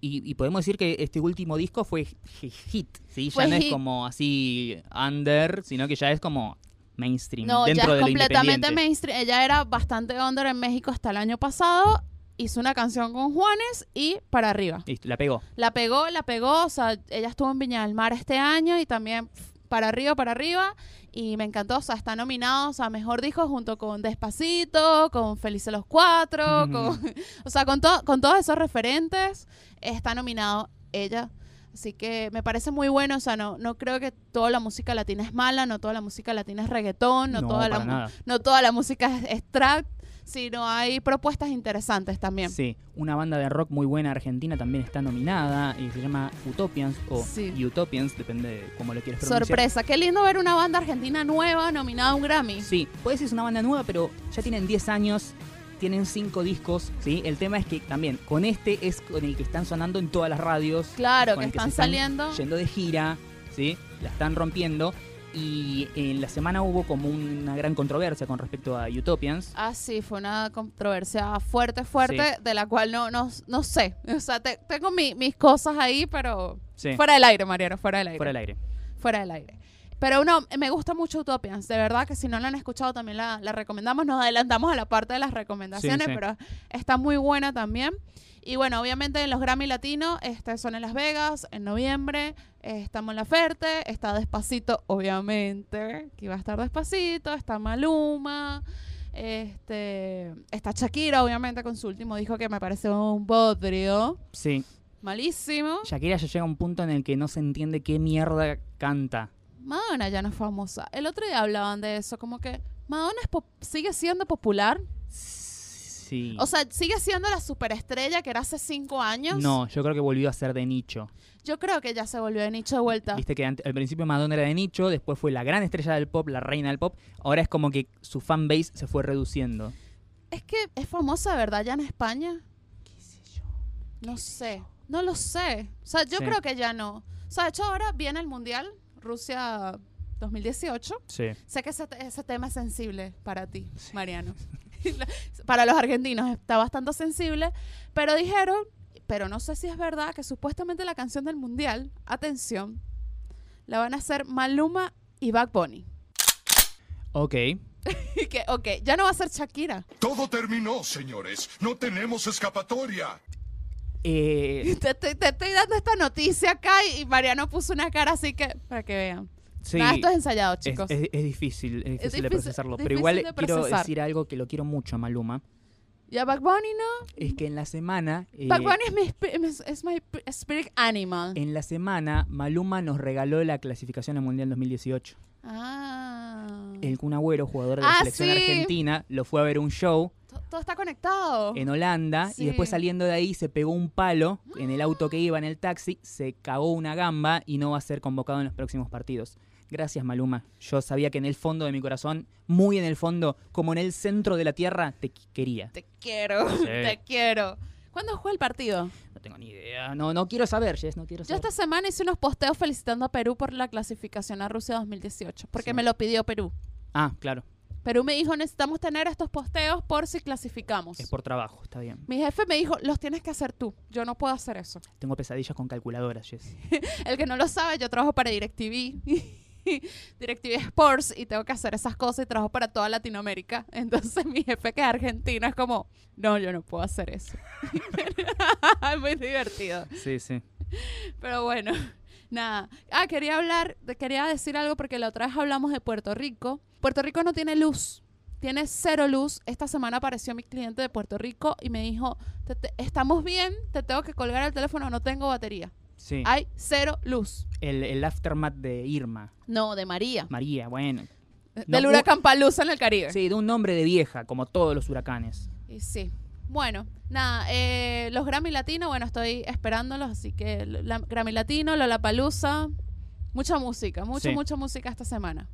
S2: Y, y podemos decir que este último disco fue hi- hi- hit, ¿sí?
S1: Fue
S2: ya no
S1: hit.
S2: es como así under, sino que ya es como mainstream
S1: No,
S2: dentro
S1: ya es
S2: de lo
S1: completamente
S2: independiente.
S1: mainstream. Ella era bastante under en México hasta el año pasado. Hizo una canción con Juanes y para arriba.
S2: Listo, la pegó.
S1: La pegó, la pegó. O sea, ella estuvo en Viña del Mar este año y también pf, para arriba, para arriba. Y me encantó. O sea, está nominado o sea, Mejor Disco junto con Despacito, con Felices los Cuatro,
S2: Ujú.
S1: con, o sea, con, to- con todos esos referentes. Está nominado ella. Así que me parece muy bueno, o sea, no, no creo que toda la música latina es mala, no toda la música latina es reggaetón, no, toda, la,
S2: para
S1: mu-
S2: nada.
S1: no toda la música es, es trap, sino hay propuestas interesantes también.
S2: Sí, una banda de rock muy buena argentina también está nominada y se llama Utopians o
S1: Sí.
S2: Utopians, depende de cómo lo quieres pronunciar.
S1: Sorpresa, qué lindo ver una banda argentina nueva nominada a un Grammy.
S2: Sí, puede ser una banda nueva, pero ya tienen 10 años Tienen cinco discos, ¿sí? El tema es que también con este es con el que están sonando en todas las radios.
S1: Claro,
S2: con
S1: que
S2: el
S1: están
S2: se
S1: saliendo.
S2: Yendo de gira, ¿sí? La están rompiendo. Y en la semana hubo como una gran controversia con respecto a Utopians.
S1: Ah, sí, fue una controversia fuerte, fuerte, de la cual no, no, no sé. O sea, te- tengo mi- mis cosas ahí, pero
S2: Sí,
S1: fuera del aire, Mariano, fuera del aire.
S2: fuera del aire.
S1: fuera del aire. Pero no, me gusta mucho Utopians, de verdad que si no la han escuchado también la, la recomendamos, nos adelantamos a la parte de las recomendaciones,
S2: Sí, sí.
S1: pero está muy buena también. Y bueno, obviamente en los Grammy Latino este, son en Las Vegas, en noviembre, eh, estamos en La Ferte, está Despacito, obviamente, que iba a estar Despacito, está Maluma, este, está Shakira, obviamente, con su último disco que me parece un bodrio,
S2: Sí.
S1: malísimo.
S2: Shakira ya llega a un punto en el que no se entiende qué mierda canta.
S1: Madonna ya no es famosa. El otro día hablaban de eso, como que Madonna es pop- sigue siendo popular.
S2: Sí.
S1: O sea, sigue siendo la superestrella que era hace cinco años.
S2: no, yo creo que volvió a ser de nicho.
S1: Yo creo que ya se volvió de nicho de vuelta.
S2: Viste que ante- al principio Madonna era de nicho, después fue la gran estrella del pop, la reina del pop. Ahora es como que su fanbase se fue reduciendo.
S1: Es que es famosa, ¿verdad? Ya en España.
S2: ¿Qué sé yo?
S1: No sé. No lo sé. O sea, yo
S2: Sí.
S1: creo que ya no. O sea, de hecho ahora viene el Mundial, Rusia 2018.
S2: Sí.
S1: Sé que ese, te- ese tema es sensible para ti, Mariano. para los argentinos está bastante sensible, pero dijeron, pero no sé si es verdad, que supuestamente la canción del Mundial, atención, la van a hacer Maluma y Bad Bunny.
S2: Ok.
S1: Y que, ok, ya no va a ser Shakira.
S3: Todo terminó, señores. No tenemos escapatoria.
S2: Eh,
S1: Te, te- te estoy dando esta noticia acá y Mariano puso una cara así que, para que vean.
S2: sí.
S1: Nada, esto es ensayado,
S2: es,
S1: chicos.
S2: es- es difícil, es difícil de
S1: difícil-
S2: procesarlo. Pero
S1: difícil
S2: igual
S1: de
S2: quiero
S1: procesar.
S2: decir algo que lo quiero mucho a Maluma.
S1: ¿Y a Bad Bunny no?
S2: Es que en la semana. eh,
S1: Bad Bunny es mi, espi- es- es my spirit animal.
S2: en la semana, Maluma nos regaló la clasificación al Mundial 2018.
S1: ah.
S2: El Kun Agüero, jugador de la
S1: Ah,
S2: selección
S1: sí.
S2: argentina, lo fue a ver un show
S1: To- Todo está conectado.
S2: en Holanda
S1: Oh, Sí.
S2: y después saliendo de ahí se pegó un palo en el auto que iba en el taxi, se cagó una gamba y no va a ser convocado en los próximos partidos. Gracias Maluma. Yo sabía que en el fondo de mi corazón, muy en el fondo, como en el centro de la tierra, te qui- quería.
S1: Te quiero, te quiero. ¿Cuándo juega el partido?
S2: No tengo ni idea. No, no quiero saber, Jess, no quiero
S1: Yo
S2: saber.
S1: esta semana hice unos posteos felicitando a Perú por la clasificación a Rusia 2018, porque
S2: Sí.
S1: me lo pidió Perú.
S2: Ah, claro.
S1: Perú me dijo, necesitamos tener estos posteos por si clasificamos.
S2: Es por trabajo, está bien.
S1: Mi jefe me dijo, los tienes que hacer tú, yo no puedo hacer eso.
S2: Tengo pesadillas con calculadoras, Jess.
S1: El que no lo sabe, yo trabajo para DirecTV, DirecTV Sports, y tengo que hacer esas cosas y trabajo para toda Latinoamérica. Entonces mi jefe que es argentino es como, no, yo no puedo hacer eso. es muy divertido.
S2: Sí, sí.
S1: Pero bueno, nada. Ah, quería hablar, de- quería decir algo porque la otra vez hablamos de Puerto Rico. Puerto Rico no tiene luz, tiene cero luz. Esta semana apareció mi cliente de Puerto Rico y me dijo, "Te- te- estamos bien, te tengo que colgar el teléfono, no tengo batería.
S2: Sí.
S1: Hay cero luz.
S2: El, el aftermath de Irma.
S1: No, de María.
S2: María, bueno.
S1: Del
S2: No,
S1: huracán Palusa en el Caribe.
S2: Sí, de un nombre de vieja, como todos los huracanes.
S1: Y sí. Bueno, nada, eh, los Grammy Latino, bueno, estoy esperándolos, así que lo- la, Grammy Latino, Lollapalooza, mucha música, mucha,
S2: Sí.
S1: mucha música esta semana.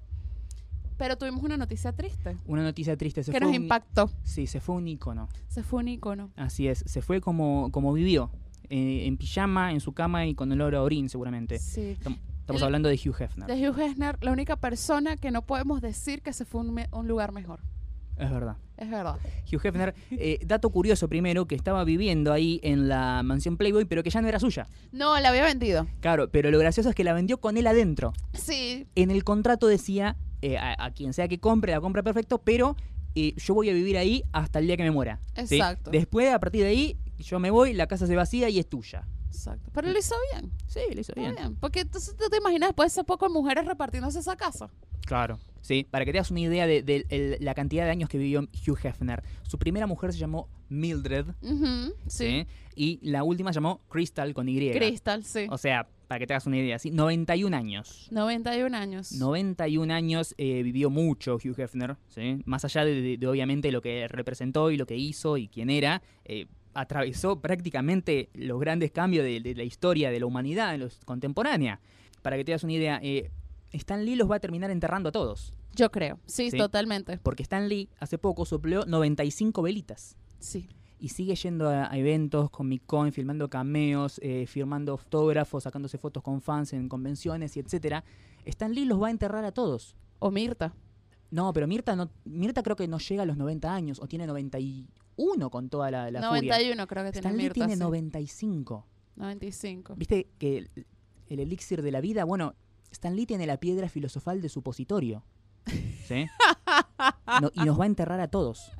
S1: Pero tuvimos una noticia triste
S2: Una noticia triste. Se
S1: que
S2: fue
S1: nos
S2: un-
S1: impactó.
S2: Sí, se fue un ícono.
S1: Se fue un icono.
S2: Así es. Se fue como, como vivió. eh, en pijama, en su cama y con olor a orín, seguramente.
S1: Sí.
S2: Estam- Estamos
S1: El-
S2: hablando de Hugh Hefner.
S1: De Hugh Hefner, la única persona que no podemos decir que se fue a un, me- un lugar mejor.
S2: Es verdad.
S1: Es verdad.
S2: Hugh Hefner, eh, dato curioso primero, que estaba viviendo ahí en la mansión Playboy, pero que ya no era suya.
S1: No, la había vendido.
S2: Claro, pero lo gracioso es que la vendió con él adentro.
S1: Sí,
S2: En el contrato decía eh, a, a quien sea que compre, la compra perfecto, pero eh, yo voy a vivir ahí hasta el día que me muera. ¿sí?
S1: Exacto.
S2: Después, a partir de ahí, yo me voy, la casa se vacía y es tuya.
S1: exacto. Pero lo hizo bien.
S2: Sí, lo hizo
S1: Muy bien. Porque entonces tú te imaginas después de ese poco de mujeres repartiéndose esa casa.
S2: Claro. Sí, para que te hagas una idea de, de el- la cantidad de años que vivió Hugh Hefner. Su primera mujer se llamó Mildred.
S1: Ujú, sí.
S2: ¿sí? Y la última se llamó Crystal con Y.
S1: Crystal, sí.
S2: O sea, para que te hagas una idea, ¿sí? 91 años.
S1: 91 años.
S2: 91 años eh, vivió mucho Hugh Hefner, ¿sí? más allá de, de- de obviamente lo que representó y lo que hizo y quién era, eh, atravesó prácticamente los grandes cambios de, de la historia de la humanidad en los- contemporánea. Para que te das una idea, eh, Stan Lee los va a terminar enterrando a todos.
S1: Yo creo. Sí,
S2: Sí.
S1: totalmente.
S2: Porque Stan Lee hace poco sopló 95 velitas.
S1: Sí.
S2: Y sigue yendo a, a eventos, Comic Con, filmando cameos, eh, firmando autógrafos, sacándose fotos con fans en convenciones y etcétera. Stan Lee los va a enterrar a todos.
S1: O Mirta.
S2: No, pero Mirta no, Mirta creo que no llega a los 90 años, o tiene 91 con toda la, la furia.
S1: 91 creo que
S2: Stan
S1: tiene
S2: Lee
S1: Mirta.
S2: tiene
S1: sí.
S2: 95.
S1: 95.
S2: Viste que el, el elixir de la vida, bueno, Stan Lee tiene la piedra filosofal de supositorio. ¿Sí? No- y nos va a enterrar a todos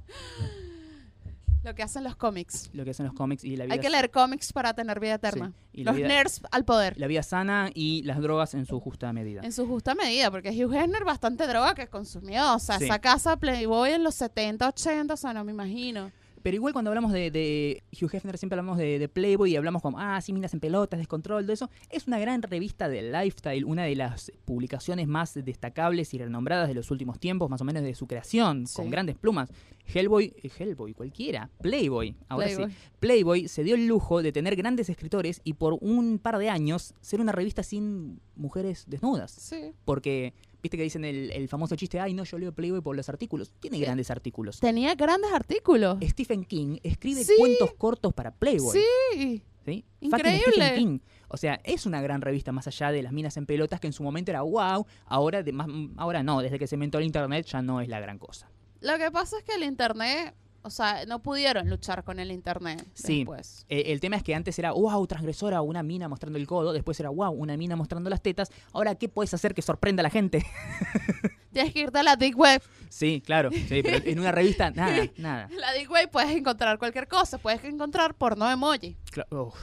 S1: Lo que hacen los cómics.
S2: lo que hacen los cómics y la vida
S1: Hay que leer cómics para tener vida eterna.
S2: Sí, y la
S1: Los
S2: vida-
S1: nerds al poder.
S2: la vida sana y las drogas en su justa medida.
S1: En su justa medida, porque Hugh Hefner bastante droga que consumió. O sea,
S2: Sí.
S1: esa casa Playboy en los 70, 80, o sea, no me imagino.
S2: Pero igual cuando hablamos de, de Hugh Hefner siempre hablamos de, de Playboy y hablamos como, ah, sí, minas en pelotas, descontrol, todo eso. Es una gran revista de lifestyle, una de las publicaciones más destacables y renombradas de los últimos tiempos, más o menos de su creación,
S1: Sí.
S2: con grandes plumas. Hellboy, eh, Hellboy, cualquiera, Playboy, ahora
S1: Playboy.
S2: sí. Playboy se dio el lujo de tener grandes escritores y por un par de años ser una revista sin mujeres desnudas.
S1: Sí.
S2: Porque, viste que dicen el, el famoso chiste, ay, no, yo leo Playboy por los artículos. Tiene grandes artículos.
S1: Tenía grandes artículos.
S2: Stephen King escribe
S1: Sí.
S2: cuentos cortos para Playboy.
S1: Sí.
S2: ¿sí?
S1: Increíble.
S2: Fucking Stephen King. O sea, es una gran revista más allá de las minas en pelotas que en su momento era wow, ahora, de más, ahora no, desde que se inventó el internet ya no es la gran cosa.
S1: Lo que pasa es que el internet, o sea, no pudieron luchar con el internet
S2: Sí.
S1: después.
S2: Eh, el tema es que antes era wow, transgresora, una mina mostrando el codo, después era wow, una mina mostrando las tetas, ahora ¿qué puedes hacer que sorprenda a la gente?
S1: Tienes que irte a la Deep Web.
S2: sí, claro, sí, pero en una revista nada, nada.
S1: En la Deep Web puedes encontrar cualquier cosa. Puedes encontrar porno emoji.
S2: Cla- uf.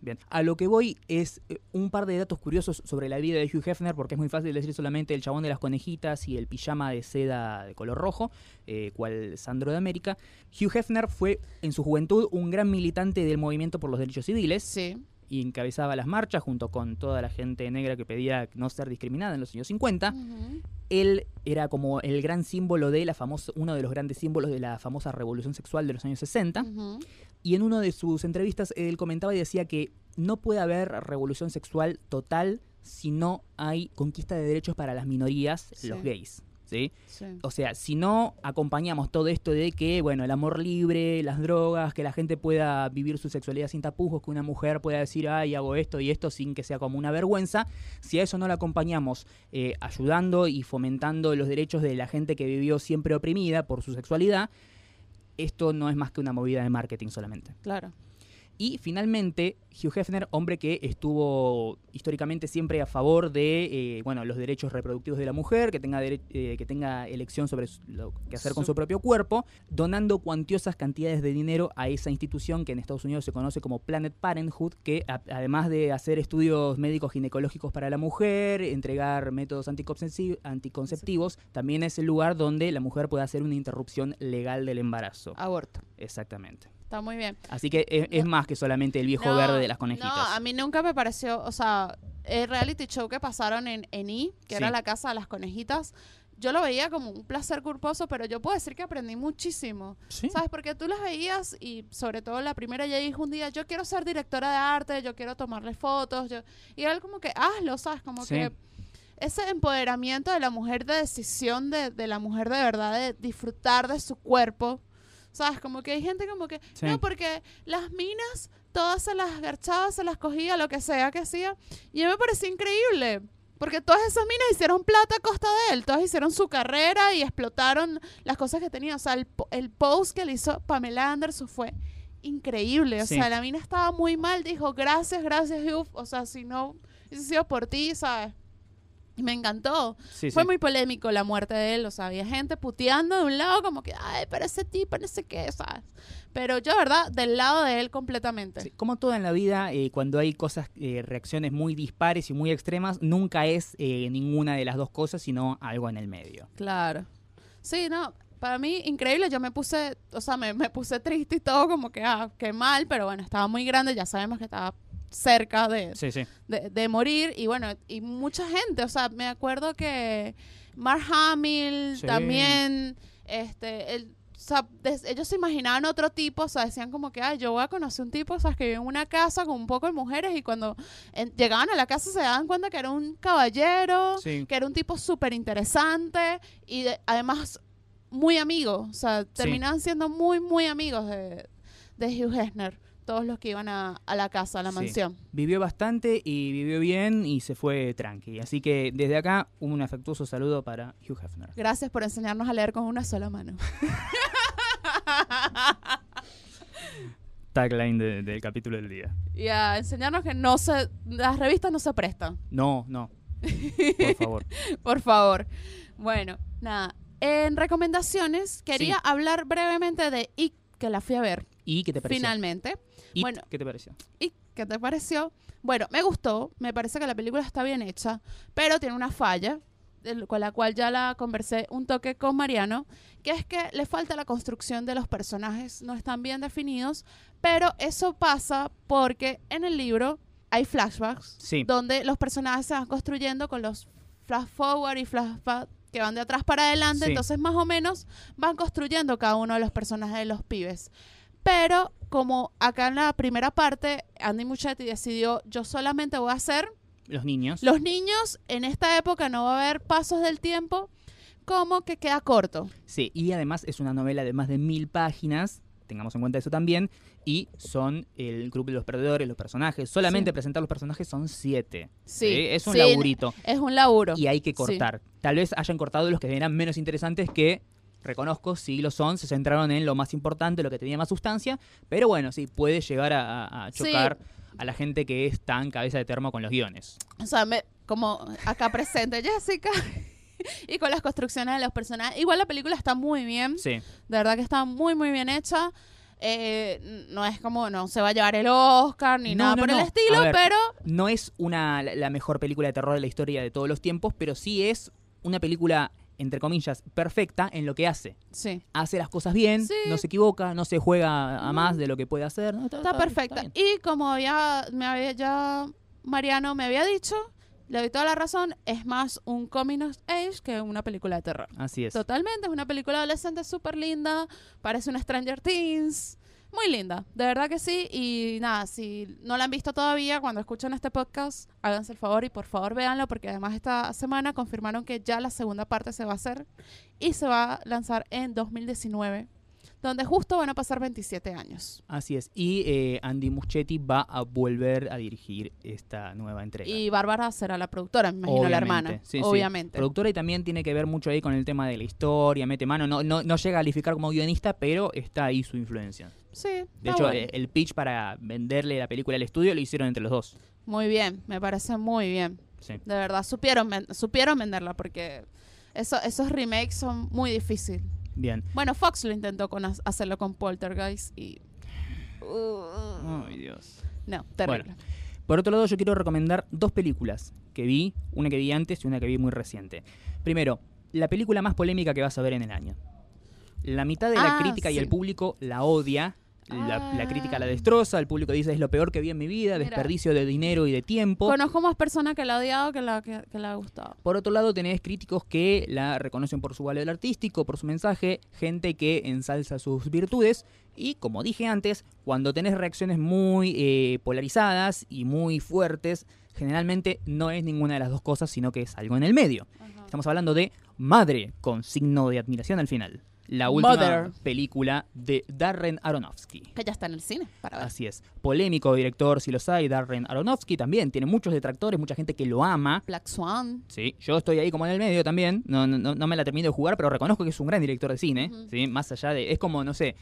S2: Bien, a lo que voy es eh, un par de datos curiosos sobre la vida de Hugh Hefner, porque es muy fácil decir solamente el chabón de las conejitas y el pijama de seda de color rojo, eh, cual Sandro de América. Hugh Hefner fue en su juventud un gran militante del movimiento por los derechos civiles
S1: Sí.
S2: y encabezaba las marchas junto con toda la gente negra que pedía no ser discriminada en los años 50
S1: Ujú.
S2: él era como el gran símbolo de la famosa, uno de los grandes símbolos de la famosa revolución sexual de los años 60.
S1: Ujú.
S2: Y en una de sus entrevistas él comentaba y decía que no puede haber revolución sexual total si no hay conquista de derechos para las minorías,
S1: Sí.
S2: los gays. ¿sí?
S1: Sí.
S2: O sea, si no acompañamos todo esto de que, bueno, el amor libre, las drogas, que la gente pueda vivir su sexualidad sin tapujos, que una mujer pueda decir, ay, hago esto y esto sin que sea como una vergüenza, si a eso no lo acompañamos eh, ayudando y fomentando los derechos de la gente que vivió siempre oprimida por su sexualidad, esto no es más que una movida de marketing solamente.
S1: Claro.
S2: Y finalmente, Hugh Hefner, hombre que estuvo históricamente siempre a favor de eh, bueno, los derechos reproductivos de la mujer, que tenga, dere- eh, que tenga elección sobre su- lo que hacer con
S1: Su-
S2: su propio cuerpo, donando cuantiosas cantidades de dinero a esa institución que en Estados Unidos se conoce como Planet Parenthood, que a- además de hacer estudios médicos ginecológicos para la mujer, entregar métodos anticoncepci- anticonceptivos, también es el lugar donde la mujer puede hacer una interrupción legal del embarazo.
S1: Aborto.
S2: Exactamente.
S1: Está muy bien.
S2: Así que es, es más que solamente el viejo
S1: No,
S2: verde de
S1: No, a
S2: las conejitas.
S1: mí nunca me pareció, o sea, el reality show que pasaron en ENI, que
S2: Sí.
S1: era la casa de las conejitas, yo lo veía como un placer culposo, pero yo puedo decir que aprendí muchísimo.
S2: Sí.
S1: ¿Sabes? Porque tú las veías y sobre todo la primera ya dijo un día, yo quiero ser directora de arte, yo quiero tomarle fotos, yo... y era como que hazlo, ¿sabes? Como
S2: Sí.
S1: que ese empoderamiento de la mujer, de decisión de, de la mujer de verdad, de disfrutar de su cuerpo, ¿sabes? Como que hay gente como que,
S2: Sí.
S1: no, porque las minas, todas se las garchaba, se las cogía, lo que sea que hacía, y a mí me parecía increíble. Porque todas esas minas hicieron plata a costa de él, todas hicieron su carrera y explotaron las cosas que tenía. O sea, el, po- el post que le hizo Pamela Anderson fue increíble. O
S2: Sí.
S1: sea, la mina estaba muy mal, dijo, gracias, gracias, Hugh. O sea, si no hubiese sido por ti, ¿sabes? Y me encantó.
S2: Sí,
S1: Fue
S2: sí.
S1: muy polémico la muerte de él, o sea, había gente puteando de un lado como que, ay, pero ese tipo, no sé qué, ¿sabes? Pero yo, ¿verdad? Del lado de él completamente.
S2: Sí, Como toda en la vida, eh, cuando hay cosas, eh, reacciones muy dispares y muy extremas, nunca es eh, ninguna de las dos cosas, sino algo en el medio.
S1: Claro. Sí, no, para mí increíble, yo me puse, o sea, me, me puse triste y todo como que, ah, qué mal, pero bueno, estaba muy grande, ya sabemos que estaba cerca de,
S2: Sí, sí.
S1: de, de morir y bueno, y mucha gente, o sea, me acuerdo que Mark Hamill
S2: Sí.
S1: también, este, él, sea, des- ellos se imaginaban otro tipo, o sea, decían como que, ay, yo voy a conocer un tipo, o sea, que vive en una casa con un poco de mujeres y cuando en- llegaban a la casa se daban cuenta que era un caballero,
S2: Sí.
S1: que era un tipo súper interesante y de- además muy amigo, o sea, terminaban siendo muy, muy amigos de, de Hugh Hefner, todos los que iban a, a la casa, a la
S2: Sí.
S1: mansión.
S2: Vivió bastante y vivió bien y se fue tranqui. Así que desde acá, un afectuoso saludo para Hugh Hefner.
S1: Gracias por enseñarnos a leer con una sola mano.
S2: Tagline de- del capítulo del día.
S1: y a enseñarnos que no se, las revistas no se prestan,
S2: No, no. Por favor.
S1: por favor. Bueno, nada. En recomendaciones, quería
S2: Sí.
S1: hablar brevemente de It, que la fui a ver
S2: ¿Y qué te pareció?
S1: finalmente.
S2: It,
S1: bueno.
S2: ¿Qué te pareció?
S1: ¿Y qué te pareció? Bueno, me gustó, me parece que la película está bien hecha, pero tiene una falla, del- con la cual ya la conversé un toque con Mariano, que es que le falta la construcción de los personajes, no están bien definidos, pero eso pasa porque en el libro hay flashbacks
S2: Sí.
S1: donde los personajes se van construyendo con los flash forward y flashback que van de atrás para adelante,
S2: Sí.
S1: entonces más o menos van construyendo cada uno de los personajes de los pibes. Pero como acá en la primera parte, Andy Muchetti decidió, yo solamente voy a hacer
S2: Los niños.
S1: los niños, en esta época no va a haber pasos del tiempo, como que queda corto.
S2: Sí, y además es una novela de más de mil páginas, tengamos en cuenta eso también, y son el grupo de los perdedores, los personajes. Solamente
S1: Sí.
S2: presentar los personajes son siete.
S1: Sí,
S2: Eh, Es un
S1: sí,
S2: laburito
S1: Es un laburo.
S2: y hay que
S1: sí.
S2: cortar. Tal vez hayan cortado los que eran menos interesantes que... Reconozco, sí lo son, se centraron en lo más importante, lo que tenía más sustancia, pero bueno, sí, puede llegar a, a- a
S1: Sí.
S2: chocar a la gente que es tan cabeza de termo con los guiones.
S1: O sea, me- como acá presente Jessica y con las construcciones de los personajes. Igual la película está muy bien.
S2: Sí,
S1: De verdad que está muy, muy bien hecha. Eh, no es como, no se va a llevar el Oscar ni
S2: No,
S1: nada
S2: no,
S1: por
S2: no.
S1: el estilo,
S2: A ver.
S1: pero
S2: no es una, la- la mejor película de terror de la historia de todos los tiempos, pero sí es una película, entre comillas, perfecta en lo que hace.
S1: sí,
S2: Hace las cosas bien,
S1: Sí. Mm.
S2: no se equivoca, no se juega a más de lo que puede hacer. ¿no?
S1: está perfecta.
S2: bien.
S1: y como había, me había ya Mariano me había dicho, le doy toda la razón, es más un coming of age que una película de terror.
S2: Así es.
S1: Totalmente, es una película adolescente súper linda, parece una Stranger Things, muy linda, de verdad que sí. Y nada, si no la han visto todavía, cuando escuchan este podcast, háganse el favor y por favor véanlo, porque además esta semana confirmaron que ya la segunda parte se va a hacer y se va a lanzar en 2019, donde justo van a pasar 27 años.
S2: Así es. Y eh, Andy Muschietti va a volver a dirigir esta nueva entrega.
S1: Y Bárbara será la productora, me imagino, la
S2: Obviamente,
S1: hermana,
S2: sí, sí.
S1: obviamente.
S2: Productora y también tiene que ver mucho ahí con el tema de la historia, mete mano. No, no, no llega a calificar como guionista, pero está ahí su influencia.
S1: Sí,
S2: De
S1: está
S2: hecho,
S1: Ah, bueno.
S2: eh, el pitch para venderle la película al estudio lo hicieron entre los dos.
S1: muy bien, me parece muy bien.
S2: Sí.
S1: De verdad, supieron, ven- supieron venderla porque eso, esos remakes son muy difíciles.
S2: Bien.
S1: Bueno, Fox lo intentó con ha- hacerlo con Poltergeist y... uh,
S2: Ay, Dios.
S1: No, terrible.
S2: Por otro lado, yo quiero recomendar dos películas que vi, una que vi antes y una que vi muy reciente. Primero, la película más polémica que vas a ver en el año. La mitad de la
S1: Ah,
S2: crítica y
S1: sí.
S2: el público la odia. La, la
S1: Ah.
S2: crítica la destroza, el público dice es lo peor que vi en mi vida,
S1: Mira.
S2: desperdicio de dinero y de tiempo.
S1: Conozco más personas que la ha odiado que la que, que la ha gustado.
S2: Por otro lado, tenés críticos que la reconocen por su valor artístico, por su mensaje, gente que ensalza sus virtudes. Y como dije antes, cuando tenés reacciones muy eh, polarizadas y muy fuertes, generalmente no es ninguna de las dos cosas, sino que es algo en el medio. Estamos hablando de Madre, con signo de admiración al final. La última
S1: Mother.
S2: película de Darren Aronofsky.
S1: Que ya está en el cine, para ver.
S2: Así es. Polémico director, si los hay, Darren Aronofsky también. Tiene muchos detractores, mucha gente que lo ama.
S1: Black Swan.
S2: Sí, yo estoy ahí como en el medio también. No, no, no- no me la termino de jugar, pero reconozco que es un gran director de cine.
S1: Ujú.
S2: ¿sí? Más allá de. Es como, no sé,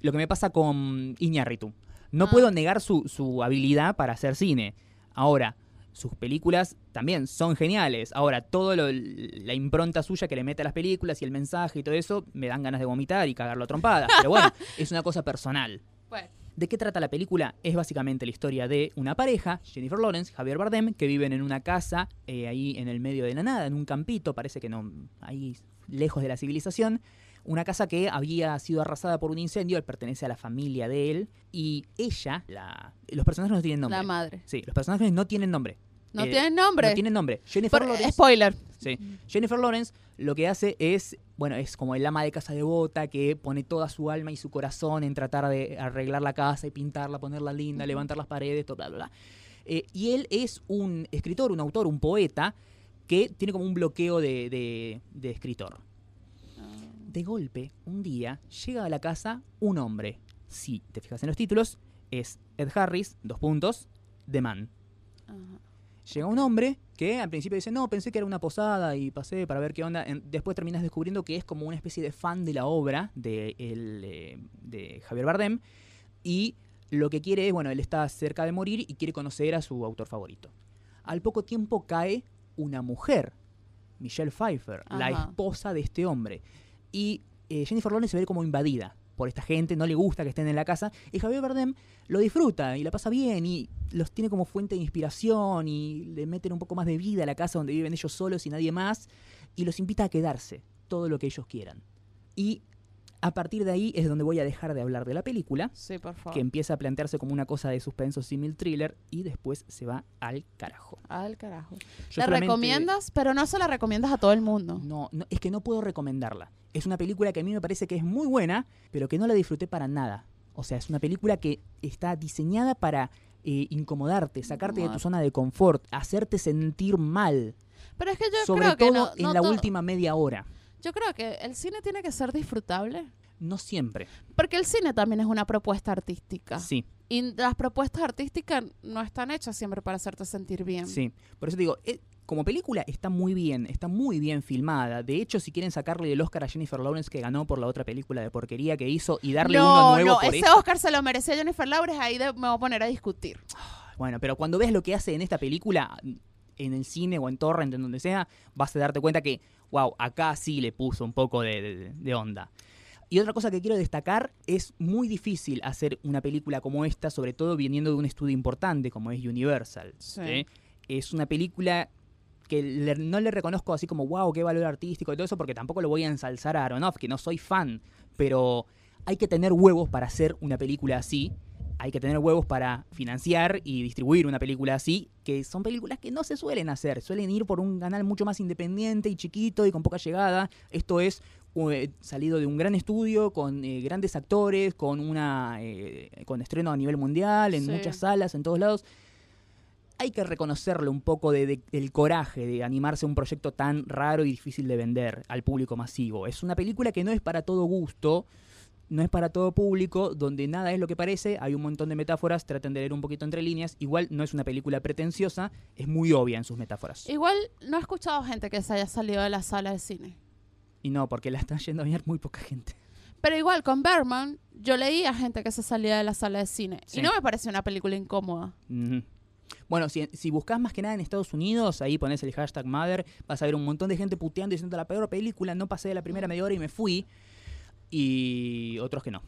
S2: lo que me pasa con Iñárritu. No
S1: Ah.
S2: puedo negar su, su habilidad para hacer cine. Ahora, sus películas también son geniales. Ahora, todo lo- la impronta suya que le mete a las películas y el mensaje y todo eso, me dan ganas de vomitar y cagarlo a trompadas. Pero bueno, es una cosa personal.
S1: Bueno,
S2: ¿De qué trata la película? Es básicamente la historia de una pareja, Jennifer Lawrence, Javier Bardem, que viven en una casa eh, ahí en el medio de la nada, en un campito, parece que no, ahí lejos de la civilización. Una casa que había sido arrasada por un incendio, él pertenece a la familia de él, y ella, la, los personajes no tienen nombre.
S1: la madre.
S2: sí, los personajes no tienen nombre.
S1: No
S2: Eh,
S1: tiene nombre.
S2: No tienen nombre. Jennifer
S1: Por-
S2: Lawrence.
S1: spoiler.
S2: sí. Jennifer Lawrence lo que hace es, bueno, es como el ama de casa devota que pone toda su alma y su corazón en tratar de arreglar la casa y pintarla, ponerla linda, levantar las paredes, todo, bla, bla, bla. Eh, y él es un escritor, un autor, un poeta que tiene como un bloqueo de, de- de escritor. De golpe, un día, llega a la casa un hombre. Si te fijas en los títulos, es Ed Harris, dos puntos, The Man.
S1: Ajá.
S2: Llega un hombre que al principio dice, no, pensé que era una posada y pasé para ver qué onda. En- Después terminas descubriendo que es como una especie de fan de la obra de, el, eh, de Javier Bardem y lo que quiere es, bueno, él está cerca de morir y quiere conocer a su autor favorito. Al poco tiempo cae una mujer, Michelle Pfeiffer, la
S1: Ajá.
S2: esposa de este hombre. Y eh, Jennifer Lawrence se ve como invadida por esta gente, no le gusta que estén en la casa. Y Javier Bardem lo disfruta y la pasa bien y los tiene como fuente de inspiración y le meten un poco más de vida a la casa donde viven ellos solos y nadie más. Y los invita a quedarse, todo lo que ellos quieran. Y a partir de ahí es donde voy a dejar de hablar de la película
S1: Sí, por favor.
S2: que empieza a plantearse como una cosa de suspenso simil thriller y después se va al carajo.
S1: Al carajo.
S2: Yo
S1: La
S2: solamente- Mm.
S1: recomiendas, pero no se la recomiendas a todo el mundo.
S2: No, no, es que no puedo recomendarla. Es una película que a mí me parece que es muy buena, pero que no la disfruté para nada. O sea, es una película que está diseñada para eh, incomodarte, sacarte de tu
S1: Incomodar.
S2: zona de confort, hacerte sentir mal,
S1: Pero es que yo
S2: sobre
S1: creo que
S2: todo
S1: no,
S2: en
S1: no
S2: la
S1: to-
S2: última media hora.
S1: Yo creo que el cine tiene que ser disfrutable.
S2: No siempre.
S1: Porque el cine también es una propuesta artística.
S2: Sí.
S1: Y las propuestas artísticas no están hechas siempre para hacerte sentir bien.
S2: Sí, por eso te digo, eh, como película está muy bien, está muy bien filmada. De hecho, si quieren sacarle el Oscar a Jennifer Lawrence que ganó por la otra película de porquería que hizo y darle
S1: no,
S2: uno nuevo
S1: no,
S2: por
S1: ese
S2: esta-
S1: Oscar se lo merecía Jennifer Lawrence, ahí de- me voy a poner a discutir.
S2: Bueno, pero cuando ves lo que hace en esta película, mm, en el cine o en Torrent, en donde sea, vas a darte cuenta que, wow, acá sí le puso un poco de, de- de onda. Y otra cosa que quiero destacar, es muy difícil hacer una película como esta, sobre todo viniendo de un estudio importante como es Universal.
S1: Sí.
S2: ¿sí? Es una película que le- no le reconozco así como, wow, qué valor artístico y todo eso, porque tampoco lo voy a ensalzar a Aronofsky, no soy fan, pero hay que tener huevos para hacer una película así, hay que tener huevos para financiar y distribuir una película así, que son películas que no se suelen hacer, suelen ir por un canal mucho más independiente y chiquito y con poca llegada. Esto es eh, salido de un gran estudio, con eh, grandes actores, con una eh, con estreno a nivel mundial, en
S1: Sí.
S2: muchas salas, en todos lados. Hay que reconocerle un poco de, de- del coraje de animarse a un proyecto tan raro y difícil de vender al público masivo. Es una película que no es para todo gusto, no es para todo público, donde nada es lo que parece, hay un montón de metáforas, traten de leer un poquito entre líneas, igual no es una película pretenciosa, es muy obvia en sus metáforas. Y,
S1: Igual no he escuchado gente que se haya salido de la sala de cine.
S2: no, porque la están yendo a ver muy poca gente.
S1: Pero igual con Berman, yo leí a gente que se salía de la sala de cine.
S2: Sí.
S1: Y no me pareció una película incómoda.
S2: Ujú. Bueno, si, si buscas más que nada en Estados Unidos, ahí pones el hashtag Mother, vas a ver un montón de gente puteando diciendo la peor película, no pasé de la primera media hora y me fui. Y otros que no.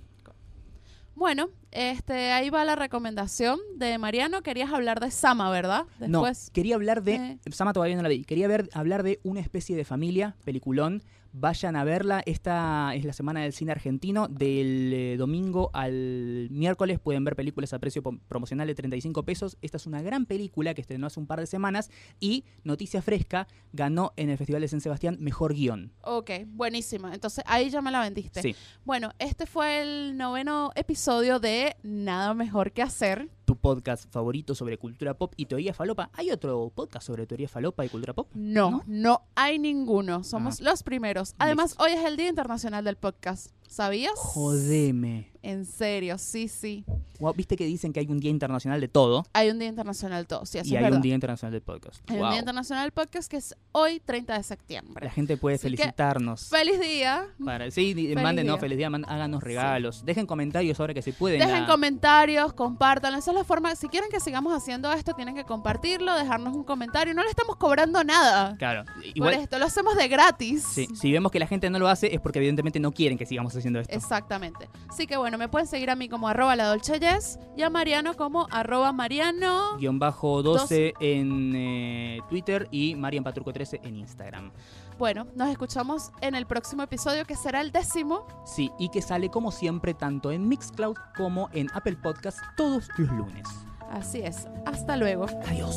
S1: Bueno, este, ahí va la recomendación de Mariano. Querías hablar de Sama, ¿verdad? Después.
S2: No, quería hablar de.
S1: Eh.
S2: Sama todavía no la vi. Quería ver, hablar de una especie de familia, peliculón. Vayan a verla. Esta es la semana del cine argentino. Del eh, domingo al miércoles pueden ver películas a precio pom- promocional de 35 pesos. Esta es una gran película que estrenó hace un par de semanas. Y Noticia Fresca ganó en el Festival de San Sebastián Mejor Guión.
S1: Ok, buenísima. Entonces ahí ya me la vendiste.
S2: Sí.
S1: Bueno, este fue el noveno episodio de Nada Mejor que Hacer.
S2: Tu podcast favorito sobre cultura pop y teoría falopa. ¿Hay otro podcast sobre teoría falopa y cultura pop?
S1: No,
S2: ¿No? Ah.
S1: no, hay ninguno. Somos los primeros. Además, hoy es el Día Internacional del Podcast. ¿Sabías?
S2: Jodeme.
S1: En serio, sí, sí.
S2: Guau, Viste que dicen que hay un día internacional de todo.
S1: Hay un Día Internacional todo. Sí, eso
S2: y
S1: es
S2: hay
S1: verdad.
S2: un Día Internacional del Podcast.
S1: Hay un
S2: Wow.
S1: Día Internacional del Podcast que es hoy, 30 de septiembre.
S2: La gente puede
S1: Así que-
S2: felicitarnos.
S1: ¡Feliz día!
S2: Para, sí, di-
S1: Feliz
S2: mándenos
S1: día.
S2: feliz día, man- háganos regalos. Dejen comentarios ahora que se pueden.
S1: Dejen
S2: ah,
S1: comentarios, compártanlo. Esa es la forma. Si quieren que sigamos haciendo esto, tienen que compartirlo, dejarnos un comentario. No le estamos cobrando nada.
S2: Claro,
S1: Por
S2: igual.
S1: esto lo hacemos de gratis.
S2: sí, si vemos que la gente no lo hace es porque evidentemente no quieren que sigamos haciendo esto.
S1: Exactamente. Así que bueno, me pueden seguir a mí como arroba la Dolce Yes y a Mariano como arroba Mariano.
S2: Guión bajo 12 en eh, Twitter y Marian Patruco 13 en Instagram.
S1: Bueno, nos escuchamos en el próximo episodio que será el décimo.
S2: Sí, y que sale como siempre tanto en Mixcloud como en Apple Podcast todos los lunes.
S1: Así es. Hasta luego.
S2: Adiós.